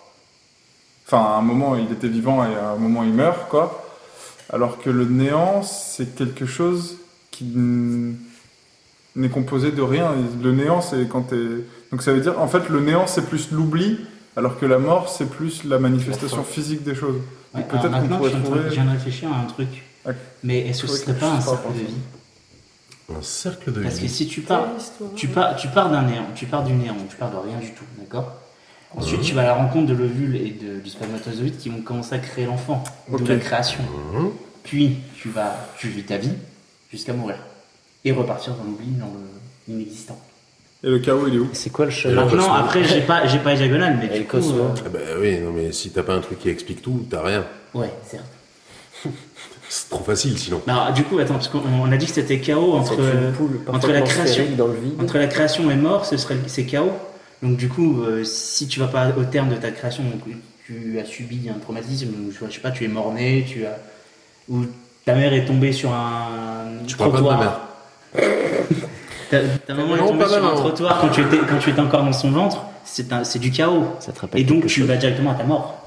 Enfin, à un moment, il était vivant et à un moment, il meurt, quoi. Alors que le néant, c'est quelque chose qui n- n'est composé de rien. Le néant, c'est quand t'es. Donc ça veut dire, en fait, le néant, c'est plus l'oubli, alors que la mort, c'est plus la manifestation physique des choses.
Ouais,
Donc peut-être
alors
qu'on
maintenant,
pourrait
je suis en train-
trouver-
je viens de réfléchir à un truc.
Ah,
Mais est-ce que
je
ce serait
crois que
pas
je
un
sais pas
cercle de
penser.
vie
Un cercle de
Parce que
vie.
si tu pars, tu pars, tu pars d'un néant, tu pars du néant, tu pars de rien du tout, d'accord Ensuite, tu vas à la rencontre de l'ovule et de- du spermatozoïde qui vont commencer à créer l'enfant,
Ok.
de la création.
Mmh.
Mhm.
Puis, tu vas, tu vis ta vie jusqu'à mourir et repartir dans l'oubli, dans le- l'inexistant.
Et le chaos, il est où
C'est quoi le chemin
Maintenant, après, j'ai pas, j'ai pas les diagonales, mais
Et
du
le
coup,
cosmo.
euh,
Ah bah oui, non mais si t'as pas un truc qui explique tout, t'as rien.
ouais, certes.
C'est trop facile sinon.
Mais alors, Bah, ah, du coup, attends, parce qu'on on a dit que c'était chaos entre, euh,
C'est une poule
entre la
parfaitement
création,
sphérique dans le vide.
Entre la création et mort, ce serait c'est chaos. Donc du coup, euh, si tu vas pas au terme de ta création, donc, tu as subi un traumatisme, ou je sais pas, tu es mort-né, tu as ou ta mère est tombée sur un
Tu parles pas de
trottoir.
ma mère.
Ta, ta maman est
Non,
tombée
pas
sur
mal,
un
hein.
trottoir quand tu étais quand tu étais encore dans son ventre. C'est un- c'est du chaos.
Ça te rappelle
Et donc
quelque
tu
chose
vas directement à ta mort.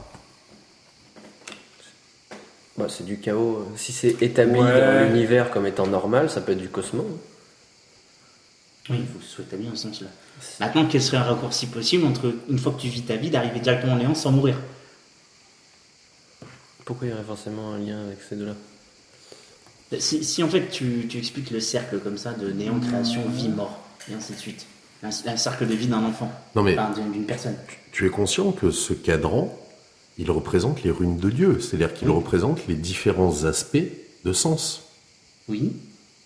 Bah, c'est du chaos. Si c'est établi
Ouais.
dans l'univers comme étant normal, ça peut être du cosmos.
Oui, il faut que ce soit établi dans ce sens-là. Maintenant, quel serait un raccourci possible entre une fois que tu vis ta vie d'arriver directement au néant sans mourir
Pourquoi il y aurait forcément un lien avec ces deux-là
Si, si, en fait tu, tu expliques le cercle comme ça de néant, création, vie, mort, et ainsi de suite. Un, un cercle de vie d'un enfant,
Non mais
enfin, d'une d'une personne.
tu es conscient que ce cadran, il représente les runes de Dieu, c'est-à-dire qu'il
Oui.
représente les différents aspects de sens.
Oui,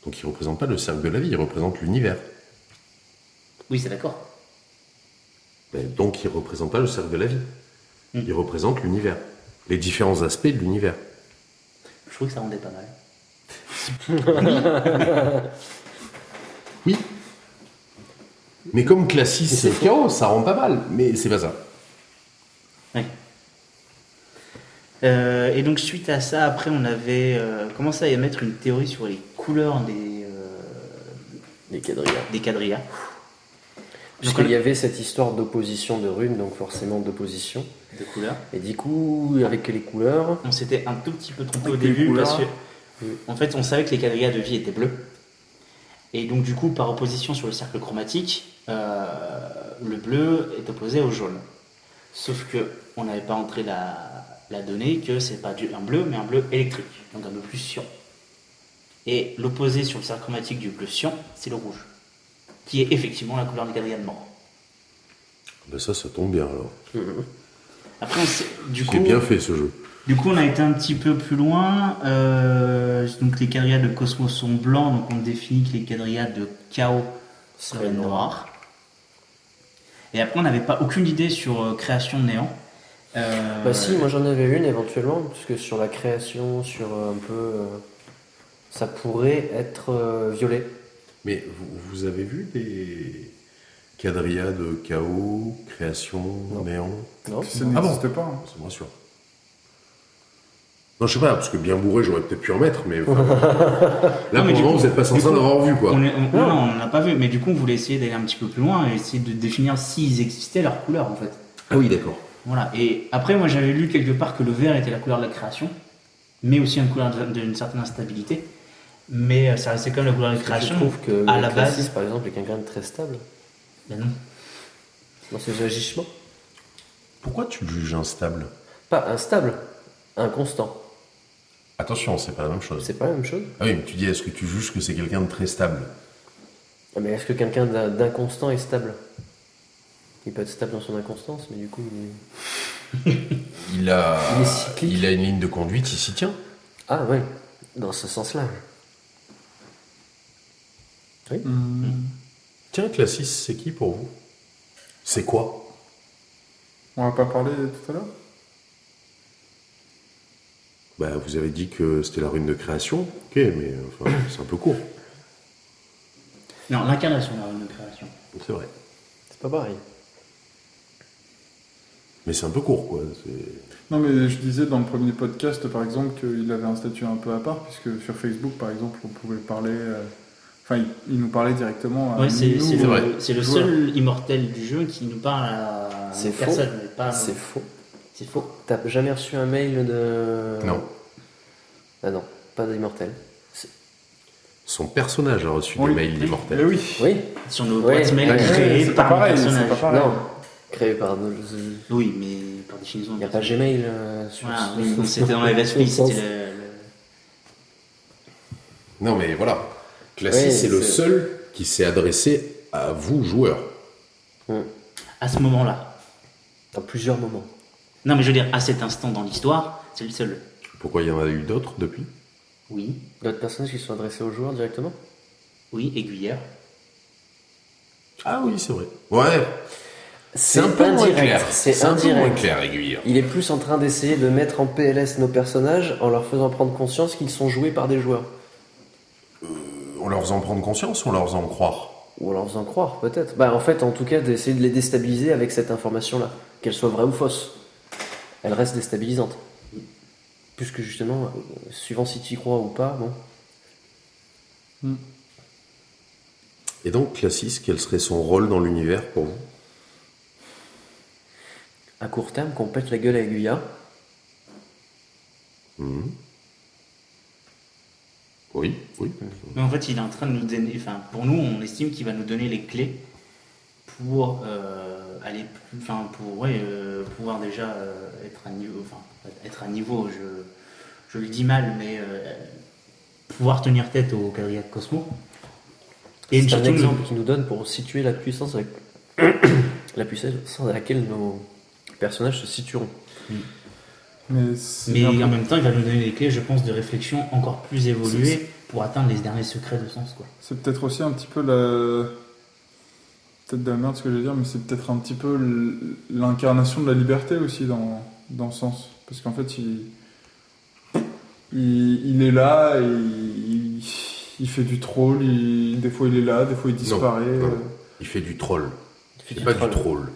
Donc il représente pas le cercle de la vie, il représente l'univers.
oui, c'est d'accord.
Mais donc il représente pas le cercle de la vie.
Mm.
Il représente l'univers, les différents aspects de l'univers.
Je trouve que ça rendait pas mal.
Oui. Mais comme classique, c'est chaos, ça rend pas mal, mais c'est pas ça.
Oui. Euh, et donc suite à ça, après, on avait euh, commencé à émettre une théorie sur les couleurs des, euh,
les quadrilles.
des quadrillas. Donc,
Puisqu'il y avait cette histoire d'opposition de runes, donc forcément d'opposition.
De couleurs.
Et du coup, avec les couleurs,
On s'était un tout petit peu trompé
Avec
au
les
début
couleurs.
parce que, euh,
Oui.
en fait, on savait que les quadrillas de vie étaient bleus. Et donc, du coup, par opposition sur le cercle chromatique, euh, le bleu est opposé au jaune. Sauf que on n'avait pas entré la, la donnée que c'est pas du, un bleu, mais un bleu électrique, donc un bleu plus cyan. Et l'opposé sur le cercle chromatique du bleu cyan, c'est le rouge, qui est effectivement la couleur des quadrillas de mort.
Ben ça, ça tombe bien alors.
Après, on s'est- du coup,
C'est bien fait ce jeu.
Du coup, on a été un petit peu plus loin. Euh, donc, les quadrillas de Cosmos sont blancs, donc on définit que les quadrillas de Chaos seraient noirs. Et après, on n'avait pas aucune idée sur euh, création de néant. Euh,
Bah si, moi j'en avais une éventuellement, parce que sur la création, sur euh, un peu... euh, ça pourrait être euh, violet.
Mais vous, vous avez vu des quadrillas de chaos, création,
Non.
néant
Non
Puis ça
Ah bon
n'existe pas. hein.
Ça me rassure. Non, je sais pas, parce que bien bourré, j'aurais peut-être pu en mettre, mais. enfin, là,
Non, mais
pour
du
le moment,
coup-
vous n'êtes pas
du
censé en
coup,
avoir vu, quoi.
On est- on- non, non, on n'en a pas vu, mais du coup, on voulait essayer d'aller un petit peu plus loin et essayer de définir s'ils existaient, leur couleur en fait.
Ah oui, d'accord.
Voilà. Et après, moi, j'avais lu quelque part que le vert était la couleur de la création, mais aussi une couleur de- d'une certaine instabilité. Mais euh, ça restait quand même la couleur de la
Parce que
création.
Je trouve que
à
le
la
classisme,
base-
par exemple, est quelqu'un de très stable
Ben non.
dans ses agissements.
Pourquoi tu le juges instable
Pas instable, inconstant.
Attention, c'est pas la même chose.
C'est pas la même chose.
Ah oui, mais tu dis, est-ce que tu juges que c'est quelqu'un de très stable
Ah, Mais est-ce que quelqu'un d'in- d'inconstant est stable Il peut être stable dans son inconstance, mais du coup... il est-
Il a,
Il est cyclique.
il a une ligne de conduite, il s'y tient.
Ah ouais, dans ce sens-là.
Tiens, Classis, c'est qui pour vous C'est quoi
On va pas parler tout à l'heure
Bah, vous avez dit que c'était la rune de création. Ok, mais enfin, c'est un peu court.
Non, l'incarnation de la rune de création.
C'est vrai.
C'est pas pareil.
Mais c'est un peu court, quoi. C'est-
Non, mais je disais dans le premier podcast, par exemple, qu'il avait un statut un peu à part, puisque sur Facebook, par exemple, on pouvait parler. euh, Enfin, il, il nous parlait directement. à
Ouais, c'est
nous,
c'est
c'est
euh,
vrai.
le, c'est le
joueurs.
seul immortel du jeu qui nous parle à
C'est
une
faux.
personne, mais pas à nous.
Ah C'est faux.
C'est faux.
T'as jamais reçu un mail de...
Non.
Ah non, pas d'immortel.
Son personnage a reçu
On
des
lui-
mails
Mais
d'immortel.
oui.
Oui
Sur nos
Ouais,
boîtes mail
ouais.
créées
C'est pas
par nos
pareil, c'est
personnages.
pas pareil.
Non, créé par... Il
Oui, mais par définition.
n'y a pas Gmail euh, sur...
Voilà,
sur-
Ah oui, donc c'était dans
sur-
les Vespris,
sur-
c'était le- le...
Non, mais voilà. Classis,
Ouais,
c'est le
c'est-
seul qui s'est adressé à vous, joueurs.
Hum,
À ce moment-là.
À plusieurs moments.
Non, mais je veux dire, à cet instant dans l'histoire, c'est le seul.
Pourquoi il y en a eu d'autres depuis
Oui,
D'autres personnes qui se sont adressées aux joueurs directement
oui, aiguillère.
Ah oui, c'est vrai. Ouais, c'est un peu moins
indirect,
clair.
C'est
un peu moins
indirect.
clair, Aiguille.
Il est plus en train d'essayer de mettre en PLS nos personnages en leur faisant prendre conscience qu'ils sont joués par des joueurs.
On leur faisant prendre conscience, on leur faisant croire.
Ou en leur faisant croire, peut-être. Bah, en fait, en tout cas, d'essayer de les déstabiliser avec cette information-là. Qu'elle soit vraie ou fausse. Elle reste déstabilisante. Puisque justement, euh, suivant si tu y crois ou pas, bon.
Et donc, Classis, quel serait son rôle dans l'univers pour vous
À court terme, qu'on pète la gueule à Aiguilla.
Oui, oui.
Mais en fait, il est en train de nous donner. Enfin, pour nous, on estime qu'il va nous donner les clés pour euh, aller, plus- enfin, pour ouais, euh, pouvoir déjà euh, être à niveau. Enfin, être à niveau. Je, je le dis mal, mais euh, pouvoir tenir tête au quadrilla de Cosmo. Et
C'est un
surtout,
exemple qui nous donne pour situer la puissance avec... la puissance à laquelle nos personnages se situeront.
Mais, c'est
mais
un
en
peu-
même temps, il va nous donner les clés, je pense, de réflexion encore plus évoluée pour atteindre les derniers secrets de sens, quoi.
c'est peut-être aussi un petit peu la. Peut-être de la merde ce que je vais dire, mais c'est peut-être un petit peu l- l'incarnation de la liberté aussi dans, dans ce sens. Parce qu'en fait, il, il, il est là, et il, il fait du troll, il- des fois il est là, des fois il disparaît.
non.
euh.
Il fait du troll.
Il fait
Il fait
du
pas
troll.
du troll.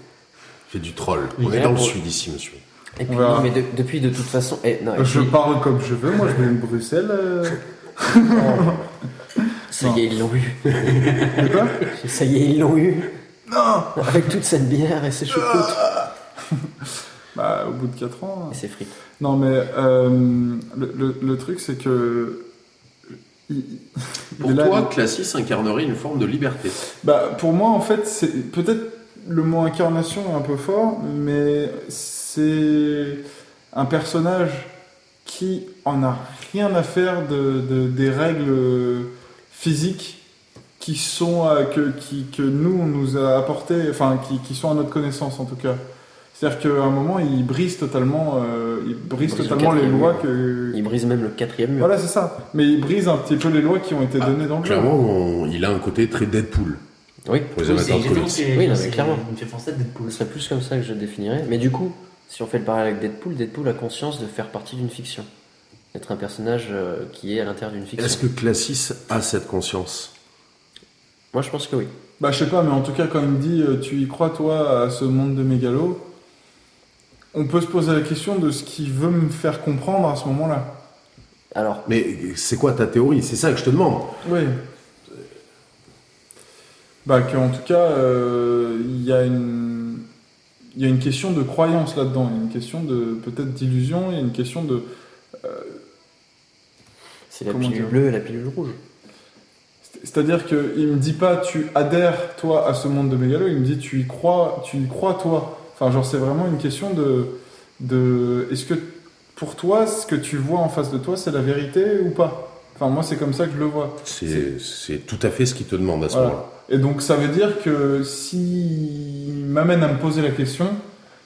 Il fait du troll.
Oui,
on est
mais
dans le
là, on-
sud ici, monsieur.
Et puis,
On verra.
non, mais de- depuis, de toute façon. eh, non, et
Euh, Je
puis-
parle comme je veux, moi je viens de Bruxelles. euh.
ça y est, ils l'ont eu.
De quoi
Ça y est, ils l'ont eu. Non Avec toute cette bière et ces choucroutes.
Bah, au bout de 4 ans.
Et ces frites.
Non, mais euh, le, le- le truc, c'est que. il- il-
Pour
il est là,
toi,
donc.
Classis incarnerait une forme de liberté.
Bah, pour moi, en fait, c'est peut-être le mot incarnation est un peu fort, mais c'est un personnage qui en a rien à faire de, de- des règles physiques qui sont à- que, qui- que nous on nous a apportées, enfin qui, qui sont à notre connaissance en tout cas. C'est-à-dire qu'à un moment, il brise totalement, euh, il brise
Brise le
totalement les
quatrième
lois
mur.
que.
Ils brisent même le quatrième mur.
Voilà, c'est ça. Mais il brise un petit peu les lois qui ont été
Ah,
données dans le jeu.
Clairement, on- il a un côté très Deadpool
Oui.
pour les
Oui, c'est
amateurs de
exactement
comics.
ce que-
Oui, non, mais
c'est-
clairement.
Il me fait penser à Deadpool.
Ce serait plus comme ça que je définirais. Mais du coup, si on fait le parallèle avec Deadpool, Deadpool a conscience de faire partie d'une fiction. D'être un personnage euh, qui est à l'intérieur d'une
Est-ce
fiction.
que Classis a cette conscience
Moi, je pense que oui.
Bah, je sais pas, mais en tout cas, quand il me dit euh, tu y crois, toi, à ce monde de mégalo, on peut se poser la question de ce qu'il veut me faire comprendre à ce moment-là.
Alors,
Mais c'est quoi ta théorie C'est ça que je te demande.
Oui. Bah, qu'en tout cas, euh, il y a une. Il y a une question de croyance là-dedans, il y a une question de peut-être d'illusion, il y a une question de.
c'est la
Comment
pilule
dire
bleue et la pilule rouge.
C'est-à-dire qu'il me dit pas tu adhères toi à ce monde de mégalo, il me dit tu y crois, tu y crois toi. Enfin genre c'est vraiment une question de de est-ce que pour toi ce que tu vois en face de toi c'est la vérité ou pas Enfin moi c'est comme ça que je le vois.
C'est c'est tout à fait ce qu'il te demande à ce
Voilà.
moment-là.
Et donc ça veut dire que si il m'amène à me poser la question,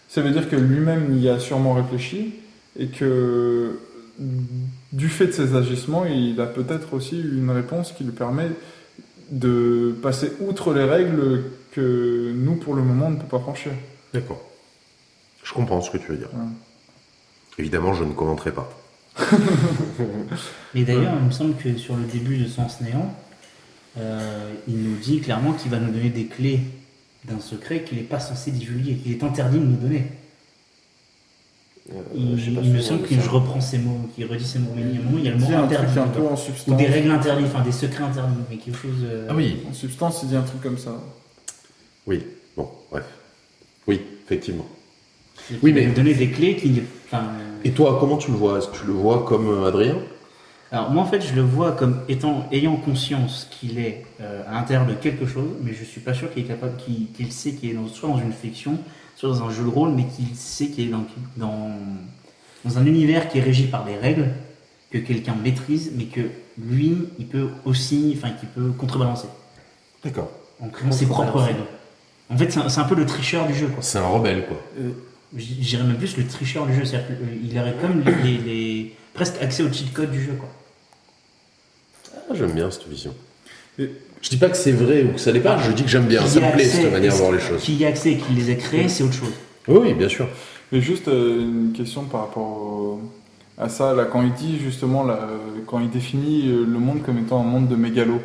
ça veut dire que lui-même y a sûrement réfléchi et que du fait de ses agissements, il a peut-être aussi une réponse qui lui permet de passer outre les règles que nous pour le moment on ne peut pas franchir.
D'accord. Je comprends ce que tu veux dire.
Ouais.
Évidemment, je ne commenterai pas.
Mais d'ailleurs, il me semble que sur le début de Sens Néant, euh, il nous dit clairement qu'il va nous donner des clés d'un secret qu'il n'est pas censé divulguer, qu'il est interdit de nous donner.
Euh,
Il,
je sais pas
il
si
me
on
semble
dit
que
ça.
je reprends ces mots, qu'il redit ces mots, mais il y a un moment, il y a le
Il dit
mot
un truc
interdit.
un peu en
Ou
substance.
des règles interdites, enfin des secrets interdits, mais quelque chose. euh,
Ah oui
En substance, il dit un truc comme ça.
Oui. Bon, bref. Oui, effectivement.
qui- qui
Oui,
va
mais-
nous donner des clés qui n'est. Enfin, euh,
Et toi, comment tu le vois Est-ce que tu le vois comme euh, Adrien
Alors moi en fait je le vois comme étant ayant conscience qu'il est euh, à l'intérieur de quelque chose, mais je suis pas sûr qu'il est capable, qu'il qu'il sait qu'il est dans, soit dans une fiction, soit dans un jeu de rôle, mais qu'il sait qu'il est dans, dans dans un univers qui est régi par des règles que quelqu'un maîtrise, mais que lui il peut aussi, enfin qu'il peut contrebalancer
D'accord.
en créant ses propres règles. En fait c'est un, c'est un peu le tricheur du jeu quoi. Euh,
C'est un rebelle, quoi.
J- J'irais même plus le tricheur du jeu, c'est-à-dire qu'il aurait comme les, les- les- presque accès au cheat code du jeu quoi.
Ah, j'aime bien cette vision.
Et-
Euh, Je dis pas que c'est vrai ou que ça l'est pas, je dis que j'aime bien.
Qui
Ça
y a
me plaît,
accès,
cette manière de
et-
voir les choses.
Qui y a accès et qui les a créés, c'est autre chose.
Oui, oui, bien sûr.
Et juste euh, une question par rapport au- à ça, là, quand il dit justement, là, euh, quand il définit euh, le monde comme étant un monde de mégalo,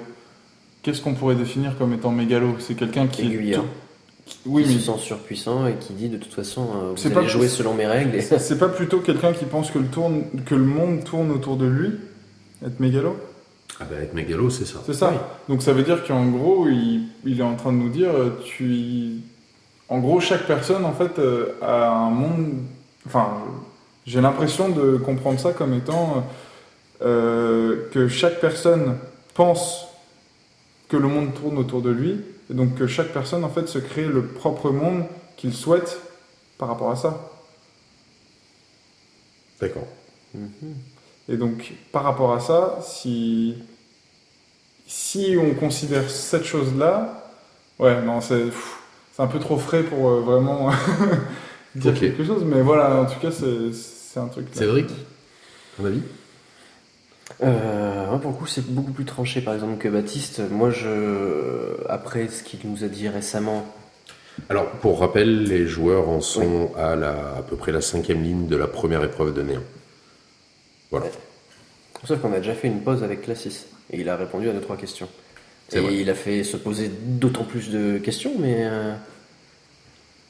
qu'est-ce qu'on pourrait définir comme étant mégalo C'est quelqu'un qui. est
Aiguilleur.
tout- qui- Oui,
hein. qui se
mais
sent surpuissant et qui dit de toute façon, euh, vous
C'est
allez
pas-
jouer selon mes règles. et-
c'est pas plutôt quelqu'un qui pense que le, tourne, que le monde tourne autour de lui Être mégalo
Ah bah, être mégalo, c'est ça.
C'est ça. Donc ça veut dire qu'en gros, il, il est en train de nous dire, euh, tu. y- En gros, chaque personne, en fait, euh, a un monde. Enfin, j'ai l'impression de comprendre ça comme étant euh, que chaque personne pense que le monde tourne autour de lui, et donc que chaque personne, en fait, se crée le propre monde qu'il souhaite par rapport à ça.
D'accord.
Mhm.
Et donc, par rapport à ça, si, si on considère cette chose-là, ouais, non, c'est pff, c'est un peu trop frais pour euh, vraiment dire
Ok.
quelque chose, mais voilà, en tout cas, c'est c'est un truc. Là.
Cédric Ton avis
Euh, moi, pour le coup, c'est beaucoup plus tranché, par exemple, que Baptiste. Moi, je, euh, après ce qu'il nous a dit récemment,
Alors, pour rappel, les joueurs en sont à, la, à peu près la cinquième ligne de la première épreuve de Néant. Voilà.
sauf qu'on a déjà fait une pause avec Classis et il a répondu à deux trois questions.
C'est
Et
vrai.
il a fait se poser d'autant plus de questions, mais euh,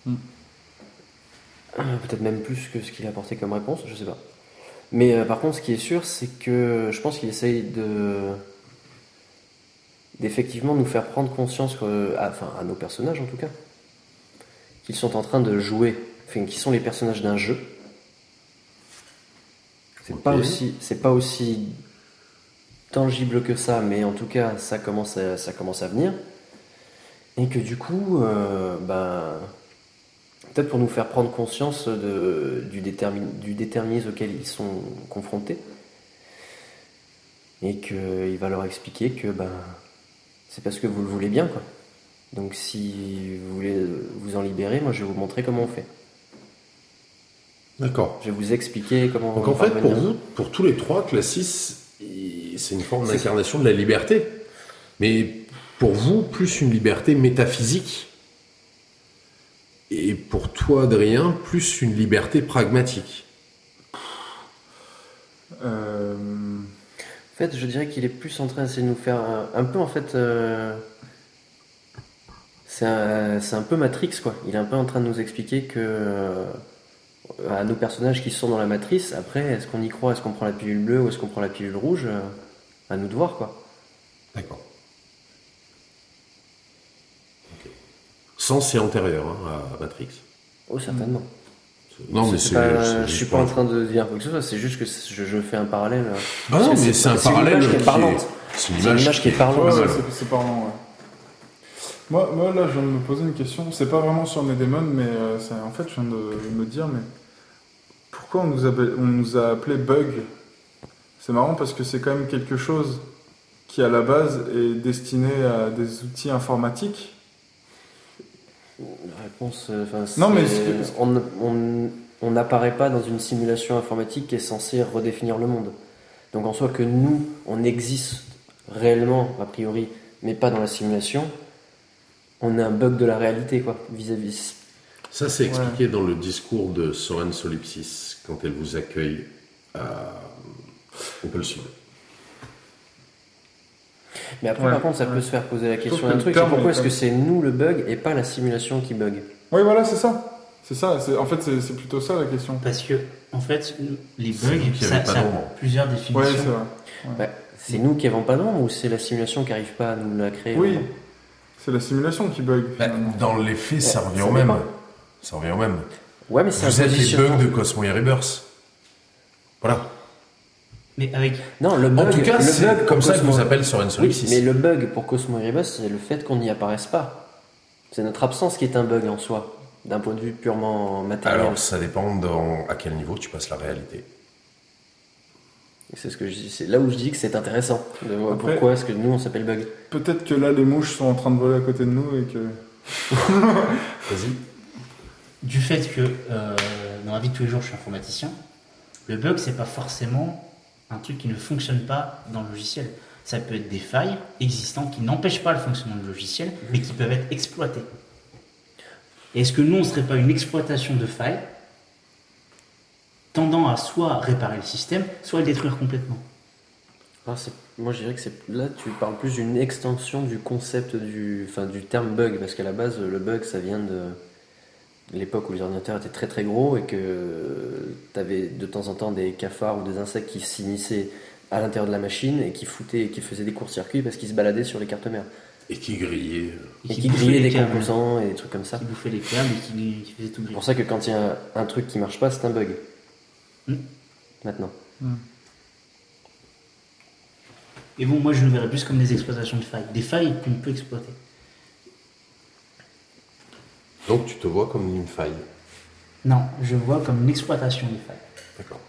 Hmm.
Euh, Peut-être même plus que ce qu'il a apporté comme réponse, je sais pas. Mais euh, par contre, ce qui est sûr, c'est que je pense qu'il essaye de d'effectivement nous faire prendre conscience, que, euh, à- enfin à nos personnages en tout cas, qu'ils sont en train de jouer, enfin qu'ils sont les personnages d'un jeu. C'est
Ok.
pas aussi, c'est pas aussi tangible que ça, mais en tout cas, ça commence à, ça commence à venir. Et que du coup, euh, ben, peut-être pour nous faire prendre conscience de, du, détermi- du déterminisme auquel ils sont confrontés. Et qu'il va leur expliquer que ben, c'est parce que vous le voulez bien. quoi. Donc si vous voulez vous en libérer, moi je vais vous montrer comment on fait.
D'accord.
Je vais vous expliquer comment
Donc
on
en fait,
parvenir.
pour vous, pour tous les trois, Classis, il- c'est une forme
C'est ça.
d'incarnation de la liberté. Mais pour vous, plus une liberté métaphysique. Et pour toi, Adrien, plus une liberté pragmatique.
Euh,
En fait, je dirais qu'il est plus en train d'essayer de nous faire un, un peu en fait. euh, c'est un, c'est un peu Matrix quoi. Il est un peu en train de nous expliquer que euh, à nos personnages qui sont dans la matrice, après, est-ce qu'on y croit, est-ce qu'on prend la pilule bleue ou est-ce qu'on prend la pilule rouge, euh, à nous de voir quoi.
D'accord. Ok. Sens et antérieur hein, à Matrix.
Oh certainement.
Non, mais
C'est
c'est.
pas-
c'est
je
juste
suis pas en train de dire quoi que ce soit. C'est juste que c'est- je, je fais un parallèle. euh,
Ah non,
Parce que
mais c'est un
c'est une
parallèle.
image qui est
qui est-
parlante.
C'est une
C'est une image qui est parlante.
Ouais,
Voilà.
ouais, c'est- c'est parlant, ouais. Moi, moi, là, je viens de me poser une question. C'est pas vraiment sur Nedemon, mais euh, c'est- en fait, je viens de me dire, mais pourquoi on nous, appelle- on nous a appelé Bug C'est marrant parce que c'est quand même quelque chose qui, à la base, est destiné à des outils informatiques.
La réponse, euh, enfin,
Non, mais
c'est-
ce que-
on ne- on on n'apparaît pas dans une simulation informatique qui est censée redéfinir le monde. Donc en soi que nous, on existe réellement a priori, mais pas dans la simulation, on a un bug de la réalité quoi vis-à-vis.
Ça, c'est
Ouais.
expliqué dans le discours de Soren Solipsis quand elle vous accueille à Opel Sud.
Mais après
Ouais,
par contre, ça
ouais.
peut se faire poser la question
que
d'un
le
truc.
terme
c'est pourquoi
est
est-ce
pas-
que c'est nous le bug et pas la simulation qui bug
Oui, voilà, c'est ça. C'est ça. c'est- En fait, c'est c'est plutôt ça la question.
Parce que, en fait, les
C'est nous
bugs,
qui
ça,
avons pas
ça
de
a
nom.
plusieurs
Ouais,
définitions.
c'est vrai.
Bah, C'est nous qui avons pas de nom ou c'est la simulation qui arrive pas à nous la créer
Oui,
vraiment
c'est la simulation qui bug. finalement.
Bah, dans les faits, ça
Ouais,
revient
ça
au même.
dépend.
Ça revient au même.
Ouais, mais c'est
Vous
un
êtes les
positionnement.
bugs de Cosmo et Rebirth. Voilà.
Mais avec.
Non, le bug.
En tout cas,
le
c'est
bug
comme ça que
Cosmo-
vous appelle Soren
Oui,
Solipsis.
mais le bug pour Cosmo et Rebus, c'est le fait qu'on n'y apparaisse pas. C'est notre absence qui est un bug en soi, d'un point de vue purement matériel.
Alors, ça dépend dans- à quel niveau tu passes la réalité.
Et c'est ce que je dis, c'est là où je dis que c'est intéressant. de voir
Après-
pourquoi est-ce que nous on s'appelle bug
Peut-être que là, les mouches sont en train de voler à côté de nous et que.
Vas-y.
du fait que euh, dans la vie de tous les jours je suis informaticien, le bug c'est pas forcément un truc qui ne fonctionne pas dans le logiciel. Ça peut être des failles existantes qui n'empêchent pas le fonctionnement du logiciel, mais qui peuvent être exploitées. Et Est-ce que nous on serait pas une exploitation de failles tendant à soit réparer le système, soit le détruire complètement
Ah, c'est- Moi je dirais que c'est là tu parles plus d'une extension du concept du, enfin, du terme bug, parce qu'à la base le bug ça vient de l'époque où les ordinateurs étaient très très gros et que tu avais de temps en temps des cafards ou des insectes qui s'immisçaient à l'intérieur de la machine et qui foutaient, qui faisaient des courts-circuits parce qu'ils se baladaient sur les cartes mères.
Et qui grillait.
et qui
bouffait
grillait
les
des
câbles.
composants et des trucs comme ça.
Qui bouffait les câbles et qui, qui faisait tout
C'est
griller.
pour ça que quand il y a un truc qui marche pas, c'est un bug. Mm.
Hmm.
Maintenant.
Et bon, moi je le verrais plus comme des exploitations de failles, des failles qu'on peut exploiter.
Donc, tu te vois comme une faille.
Non, je vois comme une exploitation des failles.
D'accord.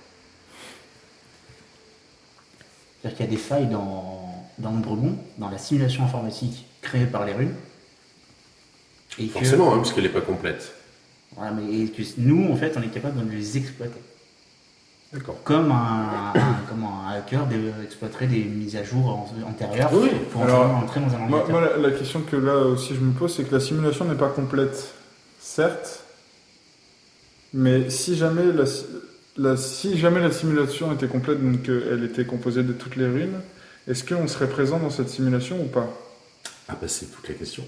C'est-à-dire qu'il y a des failles dans, dans le Brebon, dans la simulation informatique créée par les runes. Et que,
Forcément, hein, parce qu'elle n'est pas complète.
Voilà, mais et que nous, en fait, on est capable de les exploiter.
D'accord.
Comme un, un- comme un hacker dé- exploiterait des mises à jour an- antérieures
Oui,
pour
alors,
en- entrer dans un
Moi,
ordinateur.
moi, la, la question que là aussi je me pose, c'est que la simulation n'est pas complète, certes, mais si jamais la, si- la- si jamais la simulation était complète, donc euh, elle était composée de toutes les ruines, est-ce qu'on serait présent dans cette simulation ou pas
Ah, bah, c'est toute la question.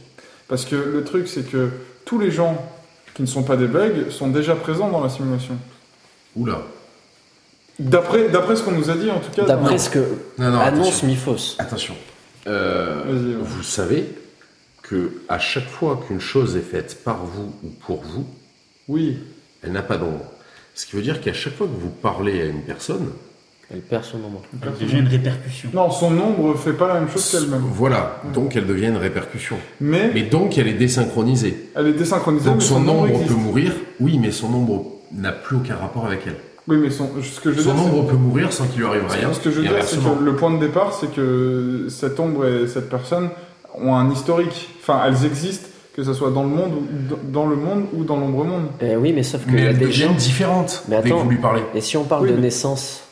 Parce que le truc, c'est que tous les gens qui ne sont pas des bugs, sont déjà présents dans la simulation.
Oula.
D'après d'après ce qu'on nous a dit, en tout cas.
D'après ce que
Non, non,
annonce
attention.
Mifos.
Attention. Euh,
Vas-y, ouais.
vous savez que à chaque fois qu'une chose est faite par vous ou pour vous,
Oui.
elle n'a pas d'ombre. Ce qui veut dire qu'à chaque fois que vous parlez à une personne,
Elle perd son nombre.
Ça devient une répercussion.
Non, son nombre fait pas la même chose qu'elle-même.
voilà, donc elle devient une répercussion.
Mais
Mais donc elle est désynchronisée.
elle est désynchronisée,
Donc
mais
son nombre
existe.
peut mourir, oui, mais son nombre n'a plus aucun rapport avec elle.
Oui, mais son, ce que je veux
Son
dire, c'est-
nombre peut mourir sans qu'il lui arrive rien.
Ce que je
et
veux dire, c'est
inversement.
que le point de départ, c'est que cette ombre et cette personne ont un historique. Enfin, elles existent, que ce soit dans le monde, ou dans le monde ou dans l'ombre monde.
Euh, oui, mais sauf que
Mais
la
elles
Belgique-
deviennent différentes
Mais
dès que
attends.
vous lui parlez.
Et si on parle
Oui,
de
mais-
naissance,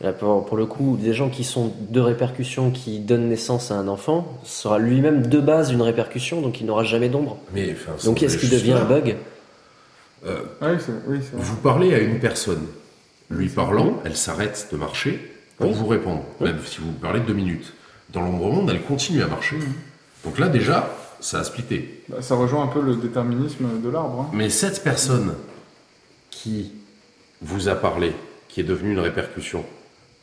là, pour, pour le coup, des gens qui sont de répercussions qui donnent naissance à un enfant sera lui-même de base une répercussion, donc il n'aura jamais d'ombre.
Mais, enfin, ça
Donc
peut
est-ce qu'il
juste
devient un
là.
bug
Euh,
Ah Oui, c'est oui, c'est vrai.
Vous parlez à une personne. Lui parlant, elle s'arrête de marcher pour
Oui.
vous répondre. Même si vous parlez deux minutes. Dans l'ombre monde, elle continue à marcher. Donc là, déjà, ça a splitté.
Bah, ça rejoint un peu le déterminisme de l'arbre. hein.
Mais cette personne qui vous a parlé, qui est devenue une répercussion,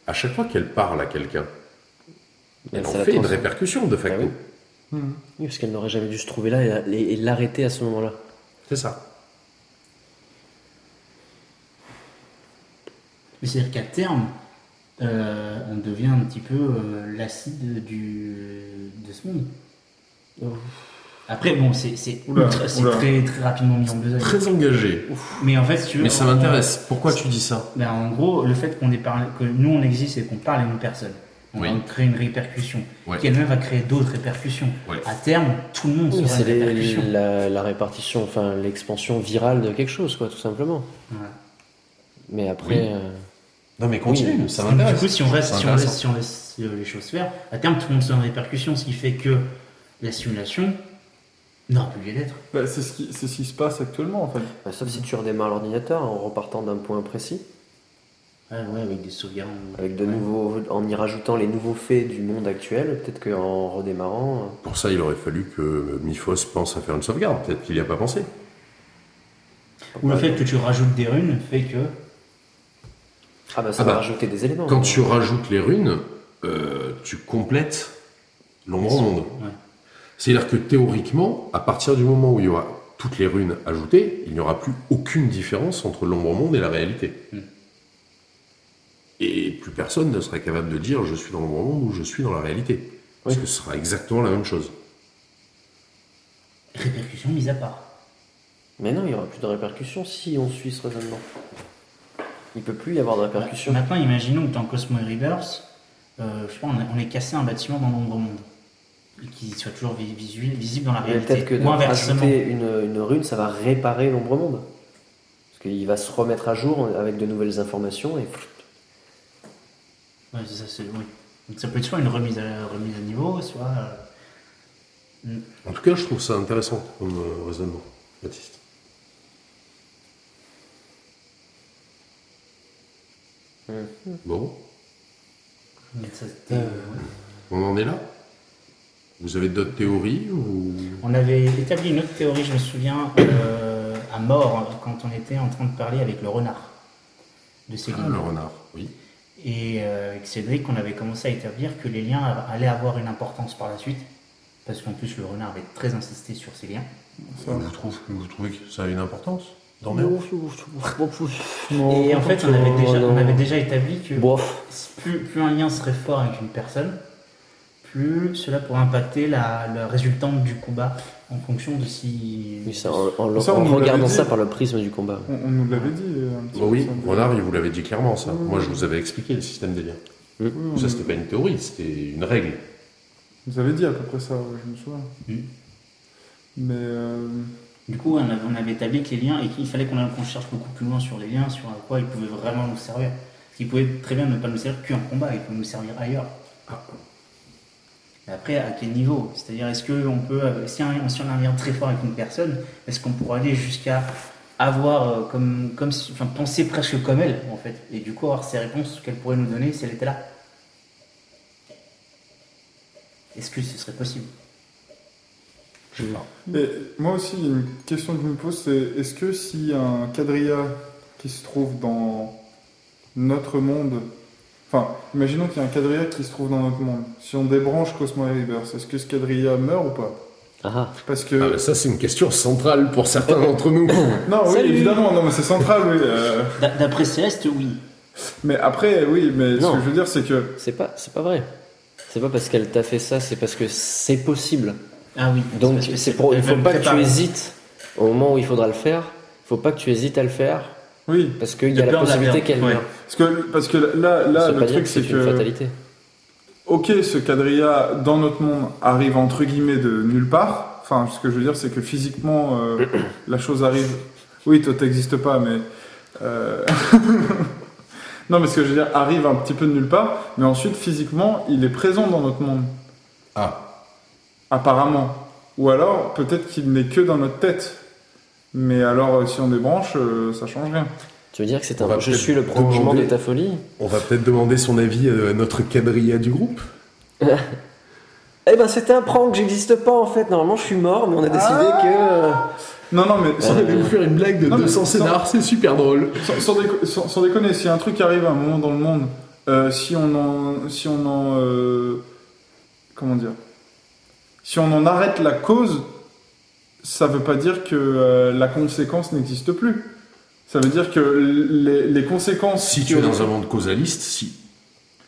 à chaque fois qu'elle parle à quelqu'un, elle
Ça
en
la
fait une
trans-
répercussion de facto.
Ah oui.
Mhm.
Oui, parce qu'elle n'aurait jamais dû se trouver là et, et- et l'arrêter à ce moment-là.
C'est ça.
Mais C'est-à-dire qu'à terme, euh, on devient un petit peu euh, l'acide du de ce monde. Après, bon, c'est c'est
Oula,
ultra- c'est
oula.
très, très rapidement mis en besogne.
Très engagé.
Mais en fait, si tu veux,
Mais ça
on-
m'intéresse. Pourquoi tu dis ça
Ben, en gros, le fait qu'on ait parlé, que nous on existe et qu'on parle à une personne, on
Oui.
va créer une répercussion,
Ouais.
qui elle-même va créer d'autres répercussions.
Ouais.
À terme, tout le monde
Oui,
sera
C'est
une
les-
répercussion.
la, la répartition, enfin l'expansion virale de quelque chose, quoi, tout simplement.
Voilà.
Mais après,
Oui.
euh,
Non mais
continue,
ça
Donc, Du coup, si on reste,
C'est
si on laisse,
intéressant.
si on laisse, euh, les choses faire, à terme, tout le monde sera une répercussion, ce qui fait que la simulation n'aura plus lieu d'être.
Bah, c'est ce qui c'est ce qui se passe actuellement en fait.
bah, sauf si tu redémarres l'ordinateur en repartant d'un point précis,
Ouais, Ah ouais, avec des sauvegardes.
avec de nouveaux, en y rajoutant les nouveaux faits du monde actuel, peut-être qu'en redémarrant. euh,
Pour ça, il aurait fallu que Miphos pense à faire une sauvegarde. Peut-être qu'il n'y a pas pensé.
Ou le fait que tu rajoutes des runes fait que.
Ah bah ça
Ah bah,
va rajouter des éléments.
Quand tu rajoutes les runes, euh, tu complètes l'ombre au monde.
Ouais.
C'est-à-dire que théoriquement, à partir du moment où il y aura toutes les runes ajoutées, il n'y aura plus aucune différence entre l'ombre au monde et la réalité.
Hmm.
Et plus personne ne sera capable de dire je suis dans l'ombre au monde ou je suis dans la réalité. Parce
Oui.
que ce sera exactement la même chose.
Répercussions mises à part.
Mais non, il n'y aura plus de répercussions si on suit ce raisonnement. Il peut plus y avoir de répercussions.
Maintenant, imaginons que dans Cosmo et Rebirth, euh, je sais pas, on, a- on ait cassé un bâtiment dans l'ombre au monde. Et qu'il soit toujours vi- visuel- visible dans la
Mais
réalité.
peut-être que de
Ou inversement.
rajouter une, une rune, ça va réparer l'ombre monde. Parce qu'il va se remettre à jour avec de nouvelles informations et
Ouais, c'est ça, c'est- oui. Donc, ça peut être soit une remise à, remise à niveau, soit. euh,
En tout cas, je trouve ça intéressant comme euh, raisonnement, Baptiste. Bon,
mais ça, c'était-
Euh,
ouais.
on en est là Vous avez d'autres théories ou...
On avait établi une autre théorie, je me souviens, euh, à mort, hein, quand on était en train de parler avec le renard de Céline.
Ah, le renard, oui.
Et euh, avec Cédric, on avait commencé à établir que les liens allaient avoir une importance par la suite, parce qu'en plus le renard avait très insisté sur ces liens.
Ça.
Vous, trouvez, vous trouvez que ça a une importance dans mes-
Bof.
Non,
Et en fait, on avait déjà, on
euh, non.
avait déjà établi que
Bof.
plus, plus un lien serait fort avec une personne, plus cela pourrait impacter la, la résultante du combat en fonction de si.
Oui, ça, en, en-
Ça, on
en
nous l'avait
regardant
dit.
ça par le prisme du combat.
on, on nous l'avait dit. euh, un petit
Bah oui,
peu, ça.
renard, il vous l'avait dit clairement, ça. Moi, je vous avais expliqué le système des liens.
Oui, on
Ça, c'était pas une théorie, c'était une règle.
nous avait dit à peu près ça, ouais, je me souviens.
Mm.
Mhm.
Mais euh,
Du coup, on avait, on avait établi que les liens et qu'il fallait qu'on qu'on cherche beaucoup plus loin sur les liens, sur à quoi ils pouvaient vraiment nous servir. Parce qu'ils pouvaient très bien ne pas nous servir qu'en combat, ils pouvaient nous servir ailleurs. Et après, à quel niveau C'est-à-dire, est-ce que on peut, euh, si, un- si on a un lien très fort avec une personne, est-ce qu'on pourrait aller jusqu'à avoir euh, comme, comme, si- enfin, penser presque comme elle, en fait, et du coup avoir ses réponses qu'elle pourrait nous donner si elle était là Est-ce que ce serait possible
Je sais pas.
Et moi aussi, il y a une question que je me pose, c'est est-ce que si un quadrilla qui se trouve dans notre monde, enfin, imaginons qu'il y a un quadrilla qui se trouve dans notre monde, si on débranche Cosmo et Reverse, est-ce que ce quadrilla meurt ou pas
Ah,
Parce que.
Ah, bah, ça, c'est une question centrale pour certains d'entre nous.
Non, oui,
Salut.
évidemment, non, mais c'est central, oui. euh,
D'a- D'après Céleste, oui.
Mais après, oui, mais ce
Non.
que je veux dire, c'est que.
c'est pas, c'est pas vrai. C'est pas parce qu'elle t'a fait ça, c'est parce que c'est possible.
Ah oui.
Donc
parce que
c'est pour, il
elle
faut
me
pas que tu
prépare.
hésites au moment où il faudra le faire. Il faut pas que tu hésites à le faire
Oui,
parce qu'il y a
De
la
peur de la
possibilité
merde,
qu'elle
ouais.
meure.
parce que, parce que là,
Ça
là
veut
le
pas dire
truc,
que
c'est
c'est
que.
une fatalité.
Ok, ce quadrilla dans notre monde arrive entre guillemets de nulle part. Enfin, ce que je veux dire, c'est que physiquement, euh, la chose arrive. Oui, toi, t'existes pas, mais. euh, non, mais ce que je veux dire, arrive un petit peu de nulle part, mais ensuite, physiquement, il est présent dans notre monde,
Ah,
apparemment. Ou alors, peut-être qu'il n'est que dans notre tête. Mais alors, euh, si on débranche, euh, ça change rien.
Tu veux dire que c'est
On va
un je
peut-être
suis le prolongement de
demander-
ta folie
on va peut-être demander son avis à notre quadrilla du groupe.
Eh ben c'était un prank, j'existe pas en fait. Normalement je suis mort, mais on a décidé que
Non, non, mais sans,
On allait vous faire une blague de
Non, mais
200
sans-
scénars, c'est super drôle.
Sans, sans déco- sans- sans déconner, si un truc arrive à un moment dans le monde, euh, si on en. Si on en euh, comment dire Si on en arrête la cause, ça veut pas dire que euh, la conséquence n'existe plus. Ça veut dire que les, les conséquences.
Si tu es dans un monde causaliste, si.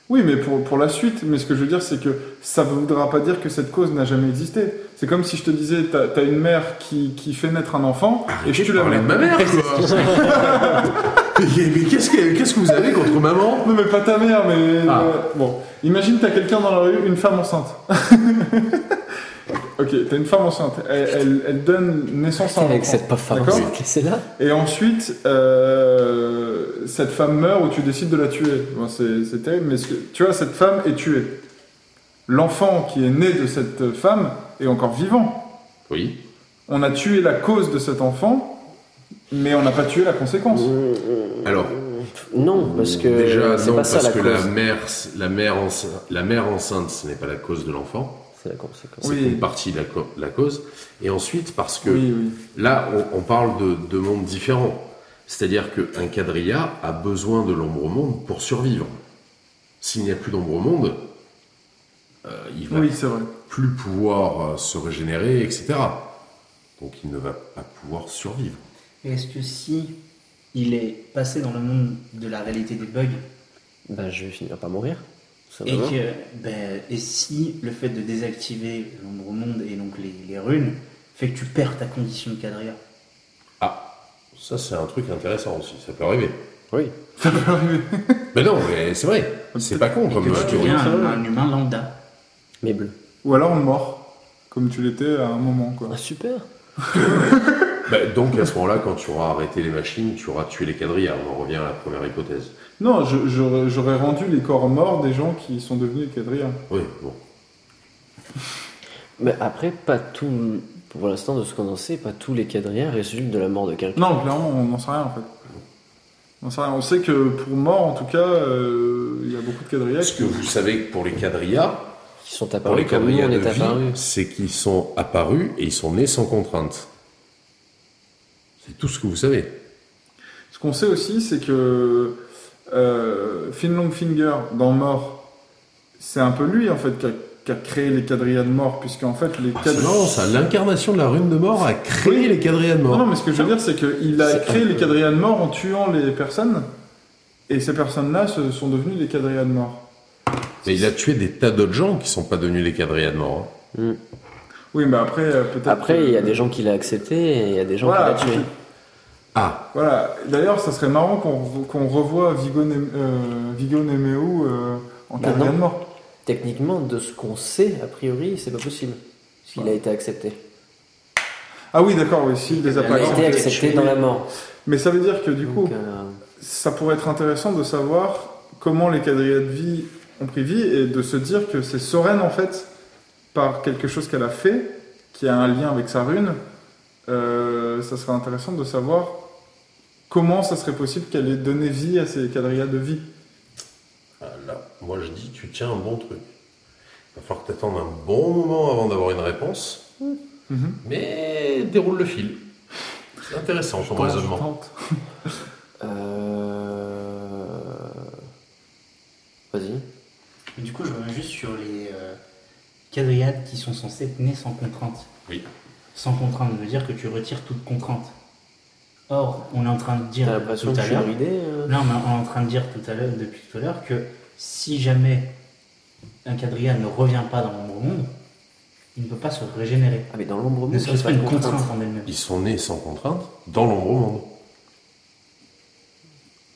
Oui, mais pour, pour la suite, mais ce que je veux dire, c'est que ça voudra pas dire que cette cause n'a jamais existé. C'est comme si je te disais, t'as t'as une mère qui, qui fait naître un enfant, et je
Arrêtez
te
de
la
parler de ma mère, quoi. Mais mais qu'est-ce que, qu'est-ce que vous avez contre maman
Non mais pas ta mère, mais
Ah.
euh, bon. Imagine t'as quelqu'un dans la rue, une femme enceinte. ok, t'as une femme enceinte. Elle, elle- elle donne naissance à un
avec
enfant.
cette pauvre femme,
D'accord.
Eh, c'est là.
Et ensuite, euh, cette femme meurt ou tu décides de la tuer. Bon, c'est c'est terrible, mais ce que- tu vois, cette femme est tuée. L'enfant qui est né de cette femme est encore vivant.
Oui.
On a tué la cause de cet enfant, mais on n'a pas tué la conséquence.
Alors,
Non, parce que
déjà,
c'est
non,
pas
parce
ça la
que
cause.
la mère, c'est- la, mère enceinte, la mère enceinte, ce n'est pas la cause de l'enfant.
C'est la conséquence.
C'est
Oui.
une partie de la, co- la cause. Et ensuite, parce que
Oui, oui.
Là, on, on parle de, de mondes différents. C'est-à-dire qu'un quadrilla a besoin de l'ombre-monde pour survivre. S'il n'y a plus d'ombre-monde, euh, il va
Oui, c'est vrai.
plus pouvoir euh, se régénérer, etc. Donc il ne va pas pouvoir survivre.
Mais Est-ce que si il est passé dans le monde de la réalité des bugs
Bah je vais finir par mourir. Ça va,
et
non
que ben, et si le fait de désactiver l'ombre au monde et donc les, les runes fait que tu perds ta condition de quadrilla
Ah, ça c'est un truc intéressant aussi, ça peut arriver.
Oui.
Ça peut arriver.
Mais non, mais c'est vrai, c'est pas con
et
comme
que tu
théorie.
deviens un,
ça,
un humain lambda.
Mais bleu.
Ou alors mort, comme tu l'étais à un moment, quoi.
Ah super.
Bah, donc à ce moment-là, quand tu auras arrêté les machines, tu auras tué les quadrillas. On en revient à la première hypothèse.
Non, je- j'aurais j'aurais rendu les corps morts des gens qui sont devenus quadrilles.
Oui, bon.
Mais après pas tout. Pour l'instant de ce qu'on en sait, pas tous les quadrillas résultent de la mort de quelqu'un.
Non, clairement, on n'en sait rien en fait. On, sait rien. on sait que pour mort, en tout cas, euh, il y a beaucoup de quadrillages.
Parce que vous savez que pour les quadrillas,
Qui sont
Pour les
apparus comme nous
quadrillas
on
de
est apparus.
vie, c'est qu'ils sont apparus et ils sont nés sans contrainte. C'est tout ce que vous savez.
Ce qu'on sait aussi, c'est que euh, Finn Longfinger, dans Mort, c'est un peu lui en fait qui a, qui a créé les quadrillas de mort, puisque en fait les
Ah, C'est
quadrillas.
marrant ça, l'incarnation de la rune de mort a créé les quadrillas de
Non,
mort.
non, mais ce que je veux dire, c'est qu'il a
C'est
créé
un
les
peu-
quadrillas de mort en tuant les personnes, et ces personnes-là se sont devenues les quadrillas de mort.
mais il a tué des tas d'autres gens qui sont pas devenus les quadrillas de mort. hein.
Mm.
Oui, mais après, euh, peut-être.
Après, il y a
que-
des gens qui l'ont accepté et il y a des gens
Voilà,
qui l'ont tué.
Ah,
Voilà. D'ailleurs, ça serait marrant qu'on re- qu'on revoie Vigo, Nem- euh, Vigo Nemeo euh, en
Bah
quadrilla
non.
de mort.
Techniquement, de ce qu'on sait, a priori, c'est pas possible. Parce qu'il a été accepté.
Ah oui, d'accord, oui, s'il les a
Il
Il
pas
a été
acceptés.
exemple,
accepté
tué-
dans la mort.
Mais ça veut dire que du
Donc,
coup,
euh,
ça pourrait être intéressant de savoir comment les quadrillas de vie ont pris vie et de se dire que c'est Soren, en fait, par quelque chose qu'elle a fait, qui a un lien avec sa rune. euh, ça serait intéressant de savoir comment ça serait possible qu'elle ait donné vie à ces quadrillas de vie.
Ah, là, moi je dis, tu tiens un bon truc. Il va falloir que tu attendes un bon moment avant d'avoir une réponse.
Mhm.
mais déroule le fil. C'est intéressant ton
Tente,
raisonnement.
tente.
Euh... Vas-y.
Du coup, je reviens juste sur les euh, quadrillades qui sont censées tenir sans contrainte.
Oui.
Sans contrainte veut dire que tu retires toute contrainte. Or, on est en train de dire
T'as l'impression
tout
que
à
je suis
l'heure.
bridé euh
Non, mais on est en train de dire tout à l'heure, depuis tout à l'heure, que si jamais un quadrillade ne revient pas dans l'ombre monde, il ne peut pas se régénérer.
Ah, mais dans l'ombre
Ne
monde,
serait-ce
c'est
pas
de
une contrainte en elle-même.
Ils sont nés sans contrainte dans l'ombre au monde.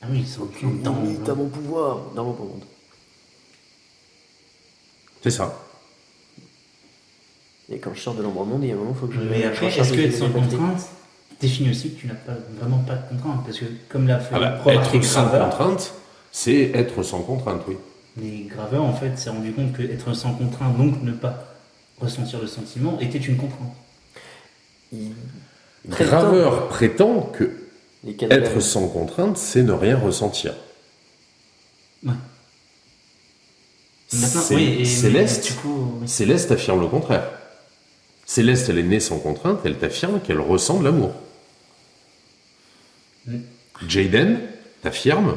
Ah oui, ils sont dans
Oui, t'as
l'ombre.
mon pouvoir dans l'ombre monde.
C'est ça.
Et quand je sors de l'ombre monde, il y a un moment, faut que je.
Mais après,
je cherche
est-ce que
des
être sans
libertés.
contrainte définit aussi que tu n'as pas, vraiment pas de contrainte Parce que, comme l'a fait
Ah bah,
remarquer
être sans
Graveur,
contrainte, c'est être sans contrainte, oui.
Mais Graveur, en fait, s'est rendu compte que être sans contraint, donc ne pas ressentir le sentiment, était une contrainte.
Il- Prétend.
Graveur prétend que
Les cadavres.
être sans contrainte, c'est ne rien ressentir.
Ouais. Il y en a plein.
C'est-
Oui, et-
Céleste.
mais Du coup, oui.
Céleste affirme le contraire. Céleste, elle est née sans contrainte, elle t'affirme qu'elle ressent de l'amour.
Mm.
Jaden t'affirme,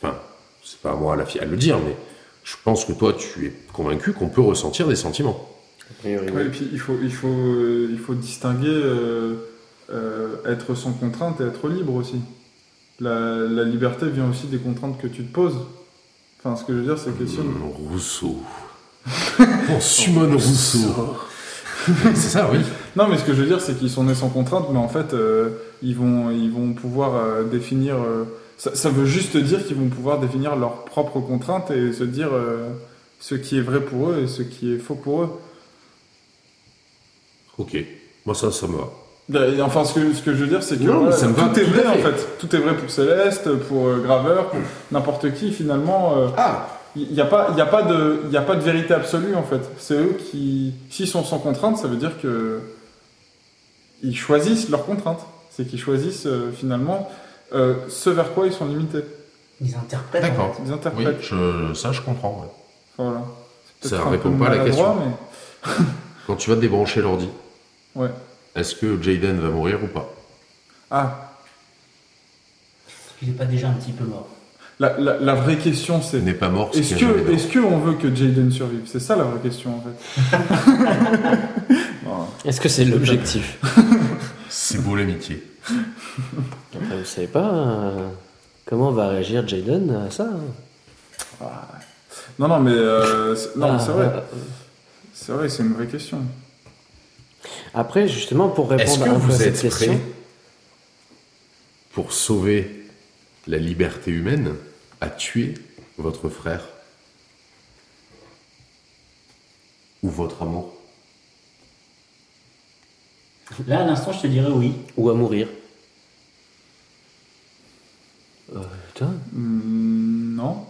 enfin, c'est pas à moi à, la- à le dire, mais je pense que toi, tu es convaincu qu'on peut ressentir des sentiments.
A priori,
Ouais, et
oui.
puis il faut, il faut, euh, il faut distinguer euh, euh, être sans contrainte et être libre aussi. La, la liberté vient aussi des contraintes que tu te poses. Enfin, ce que je veux dire, c'est que si on-
Rousseau. On summon Rousseau. C'est ça, oui.
Non, mais ce que je veux dire, c'est qu'ils sont nés sans contrainte, mais en fait, euh, ils, vont, ils vont pouvoir euh, définir. euh, ça, ça veut juste dire qu'ils vont pouvoir définir leurs propres contraintes et se dire euh, ce qui est vrai pour eux et ce qui est faux pour eux.
Ok, moi ça, ça me va.
Et Enfin, ce que, ce que je veux dire, c'est que
Non, mais
voilà,
ça me va
tout est
tout
vrai
à
en
fait.
fait. Tout est vrai pour Céleste, pour euh, Graveur, pour n'importe qui finalement. euh,
Ah
Il n'y a, pas- il y a, pas de- il y a pas de vérité absolue en fait. C'est eux qui, s'ils sont sans contrainte, ça veut dire que ils choisissent leurs contraintes. C'est qu'ils choisissent euh, finalement euh, ce vers quoi ils sont limités.
Ils interprètent. en
D'accord.
Ils
Oui,
interprètent.
je- ça, je comprends. ouais.
Enfin, voilà. C'est
Ça
peut-être un
répond
peu
pas à la
maladroit,
Quand tu vas débrancher l'ordi,
mais- Ouais.
est-ce que Jaden va mourir ou pas
Ah,
fait. Il n'est pas déjà un petit peu mort.
la, la- la vraie question c'est
Il n'est pas mort. ce
est-ce
qui a jamais
que,
été.
est-ce que on veut que Jaden survive C'est ça la vraie question en fait. Non.
Est-ce que c'est l'objectif
C'est beau l'amitié.
Après, Vous savez pas euh, comment va réagir Jaden à ça hein
Non, non, mais, euh, c'est- non, mais c'est
Ah,
vrai.
euh,
C'est vrai, c'est une vraie question.
Après, justement, pour
Est-ce
répondre
que
un peu à
vous
cette
êtes prêt
question,
pour sauver la liberté humaine à tuer votre frère ou votre amour
Là, à l'instant, je te dirais oui.
ou à mourir Euh, Putain,
Hmm, non.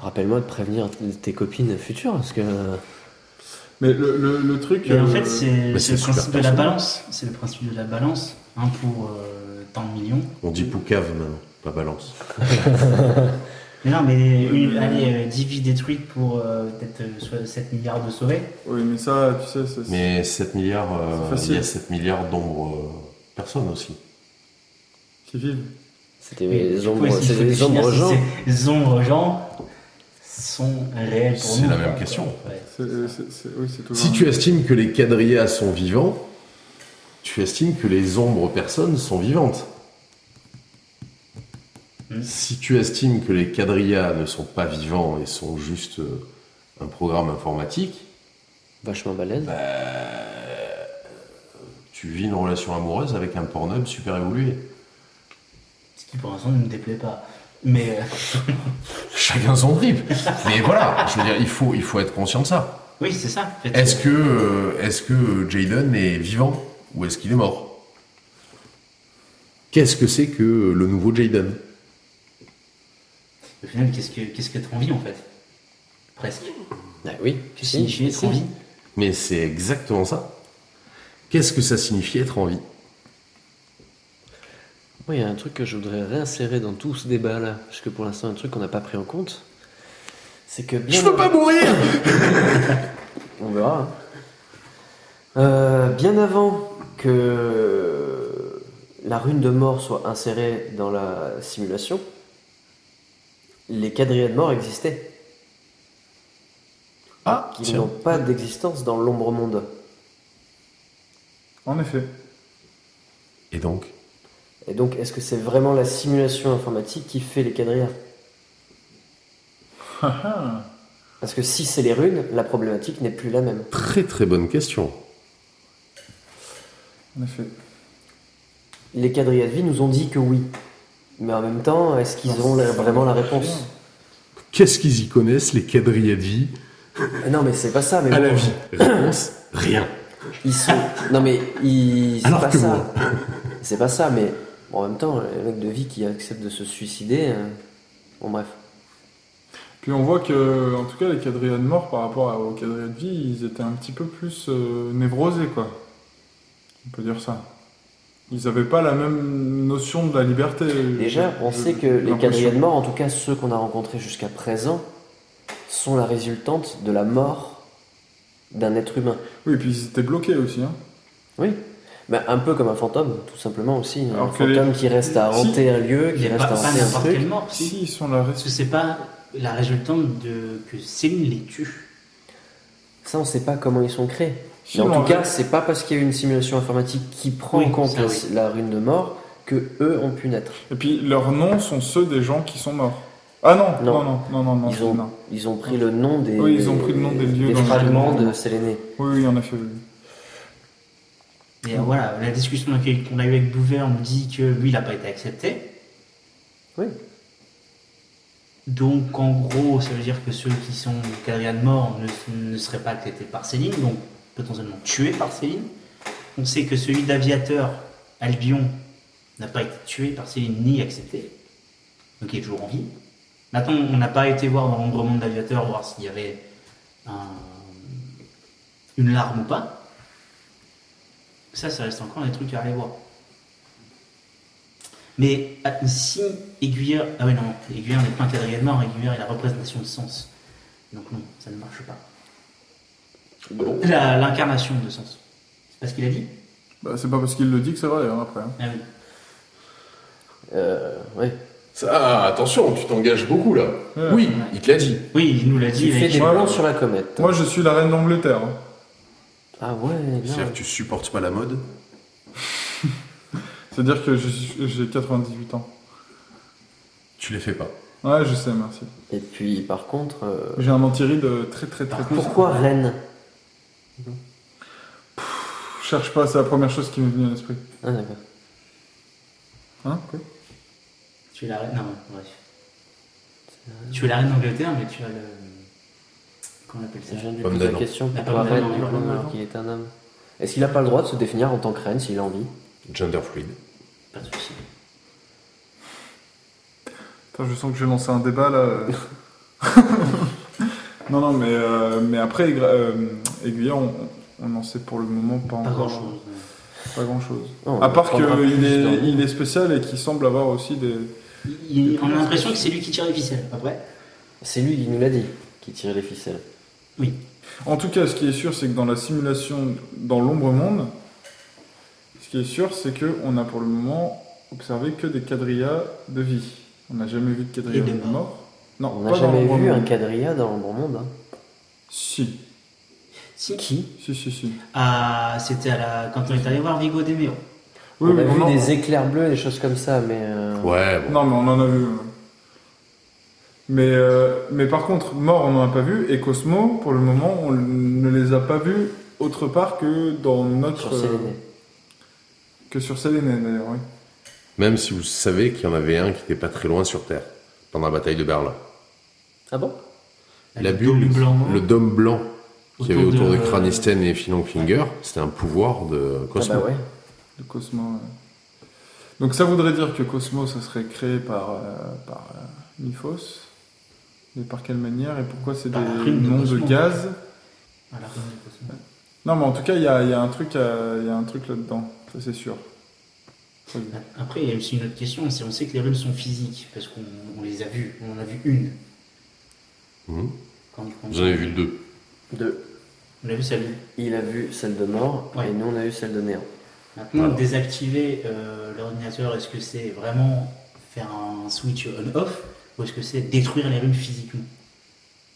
rappelle-moi de prévenir t- tes copines futures, parce que euh,
Mais le, le, le truc.
Et en
euh,
fait, c'est
mais
c'est
c'est
le
super
principe de la
personnel.
balance. C'est le principe de la balance. Un pour euh, tant de millions.
On
Mm-hmm.
dit poucave maintenant, pas balance.
Mais non, mais
Ouais,
une,
mais-
allez, euh, 10 vies détruites pour euh, peut-être euh, soit 7 milliards de sauvés.
Oui, mais ça, tu sais, ça, c'est-
Mais 7 milliards, euh,
C'est facile.
il y a 7 milliards d'ombres euh, personnes aussi.
qui vivent.
c'était les
Du coup, est-ce
ombres,
qu'il
c'était
faut
les
définir
ombres
si
gens.
Ces ombres gens sont réels pour
C'est
nous.
la même
quoi.
question.
Ouais,
C'est- euh, c'est- c'est- oui, c'est toujours.
Si tu estimes que les quadrillas sont vivants, tu estimes que les ombres personnes sont vivantes.
Hmm.
Si tu estimes que les quadrillas ne sont pas vivants et sont juste euh, un programme informatique,
Vachement balèze.
Bah, tu vis une relation amoureuse avec un pornob super évolué.
Ce qui pour l'instant ne me déplaît pas. Mais euh,
Chacun son trip. Mais voilà, je veux dire, il faut, il faut être conscient de ça.
oui, c'est ça. en fait.
Est-ce que, euh, est-ce que Jaden est vivant ou est-ce qu'il est mort Qu'est-ce que c'est que le nouveau Jaden
Au final, qu'est-ce que qu'est-ce qu'être en vie en fait Presque.
Ah oui,
Que signifie être en vie
Mais c'est exactement ça. Qu'est-ce que ça signifie être en vie
Moi, il y a un truc que je voudrais réinsérer dans tout ce débat-là, parce que pour l'instant, un truc qu'on n'a pas pris en compte, c'est que bien.
mourir
On verra. hein. bien avant que la rune de mort soit insérée dans la simulation, les quadrilles de mort existaient.
Ah,
qui
tiens.
n'ont pas d'existence dans l'ombre monde.
En effet.
Et donc
Et donc, est-ce que c'est vraiment la simulation informatique qui fait les quadrilles Parce que si c'est les runes, la problématique n'est plus la même.
Très très bonne question.
En effet.
Les quadrilles de vie nous ont dit que oui. Mais en même temps, est-ce qu'ils auront la- vraiment la réponse
Qu'est-ce qu'ils y connaissent, les quadrillés de vie
Ah Non, mais c'est pas ça. Mais
À la
bon,
vie. Réponse Rien.
Ils sont. Non, mais ils. C'est
Alors
pas
que
ça.
moi.
C'est pas ça, mais bon, en même temps, les mecs de vie qui acceptent de se suicider. euh, Bon, bref.
Puis on voit que, en tout cas, les quadrilles de mort par rapport à- aux quadrilles de vie, ils étaient un petit peu plus euh, névrosés, quoi. On peut dire ça. Ils n'avaient pas la même notion de la liberté.
Déjà, on
Je-
sait que les
l'impression.
quadrillés de mort, en tout cas ceux qu'on a rencontrés jusqu'à présent, sont la résultante de la mort d'un être humain.
Oui, puis ils étaient bloqués aussi. Hein.
Oui. Mais un peu comme un fantôme, tout simplement aussi. hein.
Alors
un
que les-
fantôme qui reste à
Si.
hanter un lieu, qui
Mais
reste
pas,
à
pas
hanter un
n'importe
truc.
quelle mort, si.
Si, ils sont la
Parce que c'est pas la résultante de que Céline les tue.
Ça, on sait pas comment ils sont créés.
Si,
Mais en
on
tout cas,
reste-
c'est pas parce qu'il y a eu une simulation informatique qui prend
Oui,
en compte
ça,
la,
oui.
la rune de mort que eux ont pu naître.
Et puis leurs noms sont ceux des gens qui sont morts. Ah non,
Non.
non, non, non, non, non.
Ils ont,
non.
ils ont pris le nom des,
Oui, ils ont pris le nom des lieux dans lesquels
fragments
ils ont-
de Séléné.
Oui, oui, en effet. oui.
Et euh, voilà, la discussion laquelle- qu'on a eue avec Bouver nous dit que lui, il n'a pas été accepté.
Oui.
Donc, en gros, ça veut dire que ceux qui sont quadrilles de mort ne, ne seraient pas acceptés par Céline, donc potentiellement tués par Céline. On sait que celui d'aviateur, Albion, n'a pas été tué par Céline ni accepté. Donc, il est toujours en vie. Maintenant, on n'a pas été voir dans l'ombre monde d'aviateur voir s'il y avait un- une larme ou pas. Ça, ça reste encore des trucs à aller voir. Mais ah, si Aiguilleur. Ah oui, non, Aiguilleur n'est pas un quadrillé de mort, Aiguilleur est la représentation de sens. Donc non, ça ne marche pas. La- L'incarnation de sens. C'est pas ce qu'il a dit
Bah, c'est pas parce qu'il le dit que c'est vrai, hein, après. hein.
Ah oui.
Euh, ouais.
Ça, attention, tu t'engages beaucoup là.
Ouais.
Oui, il te l'a dit.
Oui, il nous l'a dit.
Tu
il a
fais
écrit-
des plans sur la comète.
Moi, je suis la reine d'Angleterre. hein.
Ah ouais,
C'est-à-dire
grave.
que tu supportes pas la mode
C'est-à-dire que je suis- j'ai 98 ans.
Tu les fais pas.
Ouais, je sais, merci.
Et puis, par contre, euh,
J'ai un antiride euh, très très très cool.
pourquoi Rennes
Je cherche pas, c'est la première chose qui m'est venue à l'esprit.
Ah, d'accord.
Hein
Tu es la reine. Non, bref. Tu es la reine d'Angleterre, mais tu as le. Comment on appelle ça
J'ai jamais
Pomme
posé la
d'Adam.
question.
La
Pourquoi
pomme d'Adam,
Rennes, du
la
coup,
pomme
alors
d'Adam.
qu'il est un homme Est-ce qu'il n'a pas le droit de se définir en tant que Rennes s'il a envie
Gender fluid.
Pas de soucis.
Putain, je sens que je vais lancer un débat là. euh. non, non, mais, euh, mais après, Aigra- euh, Aiguillon, on, on en sait pour le moment pas,
Pas grand
encore-
chose.
Pas grand chose.
Non, Oh, on
À part
apprendra plus
qu'il
dans-
est, il est spécial et qu'il semble avoir aussi des.
on a l'impression que c'est lui qui tire les ficelles. Après
C'est lui qui nous l'a dit, qui tirait les ficelles.
Oui.
En tout cas, ce qui est sûr, c'est que dans la simulation, dans l'ombre monde, ce qui est sûr, c'est qu'on a pour le moment observé que des quadrillas de vie. On n'a jamais vu de quadrillas
Et de
de
mort.
mort. Non,
On
pas
n'a jamais
dans l'ombre
vu un
monde.
quadrilla dans l'ombre monde. hein.
Si,
Si.
Qui
si, si, si.
Ah, c'était à la... quand on est allé voir Vigo Demeo.
Oui,
On a
oui,
vu
non,
des éclairs bleus, des choses comme ça, mais. euh,
Ouais, bon.
Ah. Non, mais on en a vu. ouais. Mais, euh, mais par contre, mort, on n'en a pas vu. Et Cosmo, pour le moment, on ne les a pas vus autre part que dans notre.
Sur Séléné.
Euh,
que sur Séléné, d'ailleurs, oui.
Même si vous savez qu'il y en avait un qui était pas très loin sur Terre, pendant la bataille de Berlin.
Ah bon
La
Le
bulle,
dôme blanc.
le dôme blanc qu'il y avait
Autour
autour
de-
de, Cranisten et Filonfinger, c'était un pouvoir de
Ah
Cosmo.
bah ouais.
De Cosmo. ouais. Donc ça voudrait dire que Cosmo, ça serait créé par, euh, par euh, Nifos. Mais par quelle manière et pourquoi c'est des
Par la rune de
noms de
Cosmo.
gaz
Ah, la reine de Cosmo.
Non, mais en tout cas, il y a, il y a un truc, à- il y a un truc là-dedans. Ça, c'est sûr.
Après, il y a aussi une autre question, c'est on sait que les runes sont physiques, parce qu'on on les a vues, on en a vu une.
Mhm.
Quand, quand-
J'en ai vu deux.
Deux.
On a vu celle
Il a vu celle de mort
Ouais.
et nous on a eu celle de néant.
Maintenant,
Voilà.
désactiver euh, l'ordinateur, est-ce que c'est vraiment faire un switch on-off ou est-ce que c'est détruire les runes physiquement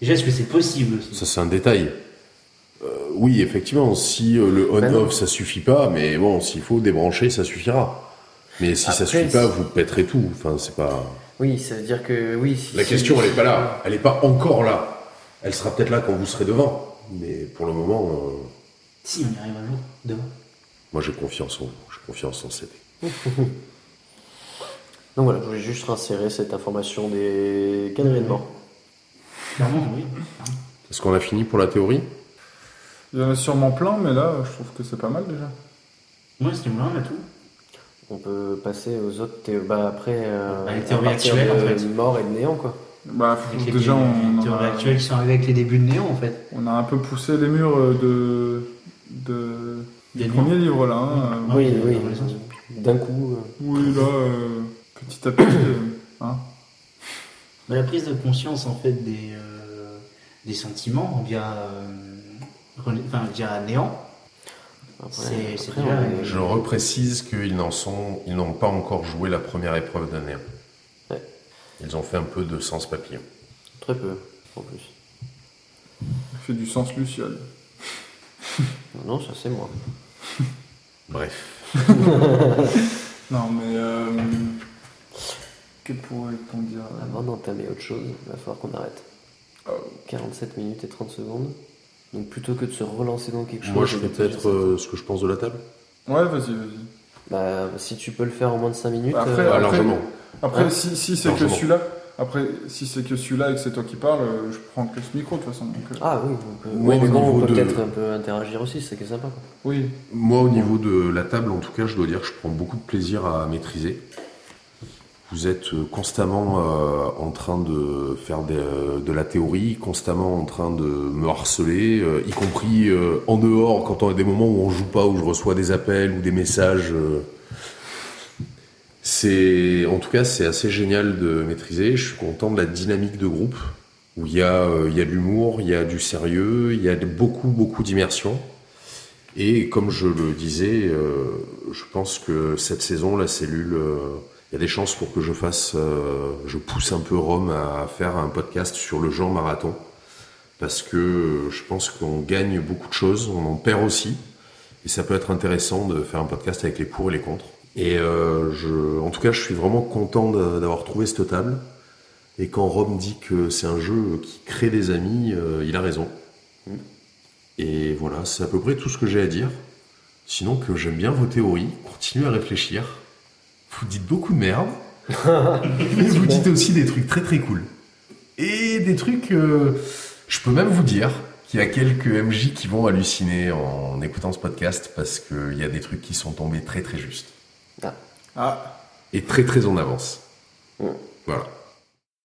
Déjà, est-ce que c'est possible aussi
Ça, c'est un détail. Euh, oui, effectivement, si euh, le
Ben non.
on-off, ça suffit pas, mais bon, s'il faut débrancher, ça suffira. Mais si ça
Après,
suffit pas,
si-
vous péterez tout. Enfin, c'est pas.
Oui, ça veut dire que oui. si-
La
si-
question, elle est pas là. Elle est pas encore là. Elle sera peut-être là quand vous serez devant. Mais pour le moment, euh,
Si, on y arrive un jour, demain.
moi, j'ai confiance en vous. J'ai confiance en CD.
Donc voilà, je voulais juste insérer cette information des conneries
Mhm.
de mort.
Clairement, oui.
Est-ce qu'on a fini pour la théorie
Il y en a sûrement plein, mais là, je trouve que c'est pas mal déjà.
Moi, ce niveau-là, on a tout.
On peut passer aux autres théories. Bah après. euh,
Bah, les
à
théories
partir
actuelles,
de
en fait.
Mort et de néant quoi.
Bah, faut-
Avec les
déjà, on,
théories
en a,
actuelles qui sont arrivées avec les débuts de Néo, en fait.
on a un peu poussé les murs euh, de, de,
Des
du
murs.
premier livre là. hein.
Ouais.
oui,
Ah, dans
oui.
les sens.
D'un coup. euh,
Oui, là, euh, petit à petit. euh, hein.
Bah, la prise de conscience, en fait, des, euh, des sentiments via, euh, rela- enfin, via Néant,
après-
C'est- c'est
après,
déjà-
on est-
Je reprécise qu'ils n'en sont, ils n'ont pas encore joué la première épreuve d'un néant.
Ouais.
Ils ont fait un peu de sens papillon.
Très peu en plus.
Ça fait du sens luciole.
Non, ça c'est moi.
Bref.
Non, mais. euh, que pourrait-on dire là
Avant d'entamer autre chose, il va falloir qu'on arrête.
Oh.
Ah
47 minutes et 30 secondes. Donc plutôt que de se relancer dans quelque chose.
Moi, je
et
peux
de-
peut-être euh, ce que je pense de la table.
Ouais, vas-y, vas-y.
Bah, si tu peux le faire en moins de 5 minutes.
Après,
euh,
Ah,
après-
largement.
Après,
Hein
si, si c'est que
Largement.
celui-là. Après, si c'est que celui-là et que c'est toi qui parles, euh, je prends que ce micro de toute façon. donc, euh,
Ah oui, donc, euh,
Moi, au
ouais, mais bon, on
niveau
peut
de-
peut-être un peu interagir aussi, c'est ça qui est sympa. quoi.
Oui.
Moi, au niveau de la table, en tout cas, je dois dire que je prends beaucoup de plaisir à maîtriser. Vous êtes euh, constamment euh, en train de faire des, euh, de la théorie, constamment en train de me harceler, euh, y compris euh, en dehors, quand on a des moments où on joue pas, où je reçois des appels ou des messages. euh. C'est, en tout cas, c'est assez génial de maîtriser. Je suis content de la dynamique de groupe où il y a, euh, il y a de l'humour, il y a du sérieux, il y a de- beaucoup, beaucoup d'immersion. Et comme je le disais, euh, je pense que cette saison, la cellule, euh, il y a des chances pour que je fasse, euh, je pousse un peu Rome à faire un podcast sur le genre marathon. Parce que euh, je pense qu'on gagne beaucoup de choses, on en perd aussi. Et ça peut être intéressant de faire un podcast avec les pour et les contre. Et euh, je, en tout cas, je suis vraiment content d'a- d'avoir trouvé cette table. Et quand Rome dit que c'est un jeu qui crée des amis, euh, il a raison. Et voilà, c'est à peu près tout ce que j'ai à dire. Sinon que j'aime bien vos théories, continuez à réfléchir. Vous dites beaucoup de merde. Mais vous dites aussi des trucs très très cool. Et des trucs, euh, je peux même vous dire qu'il y a quelques MJ qui vont halluciner en écoutant ce podcast parce qu'il y a des trucs qui sont tombés très très justes.
Ah.
Ah,
Et très très en avance.
Ouais.
Voilà.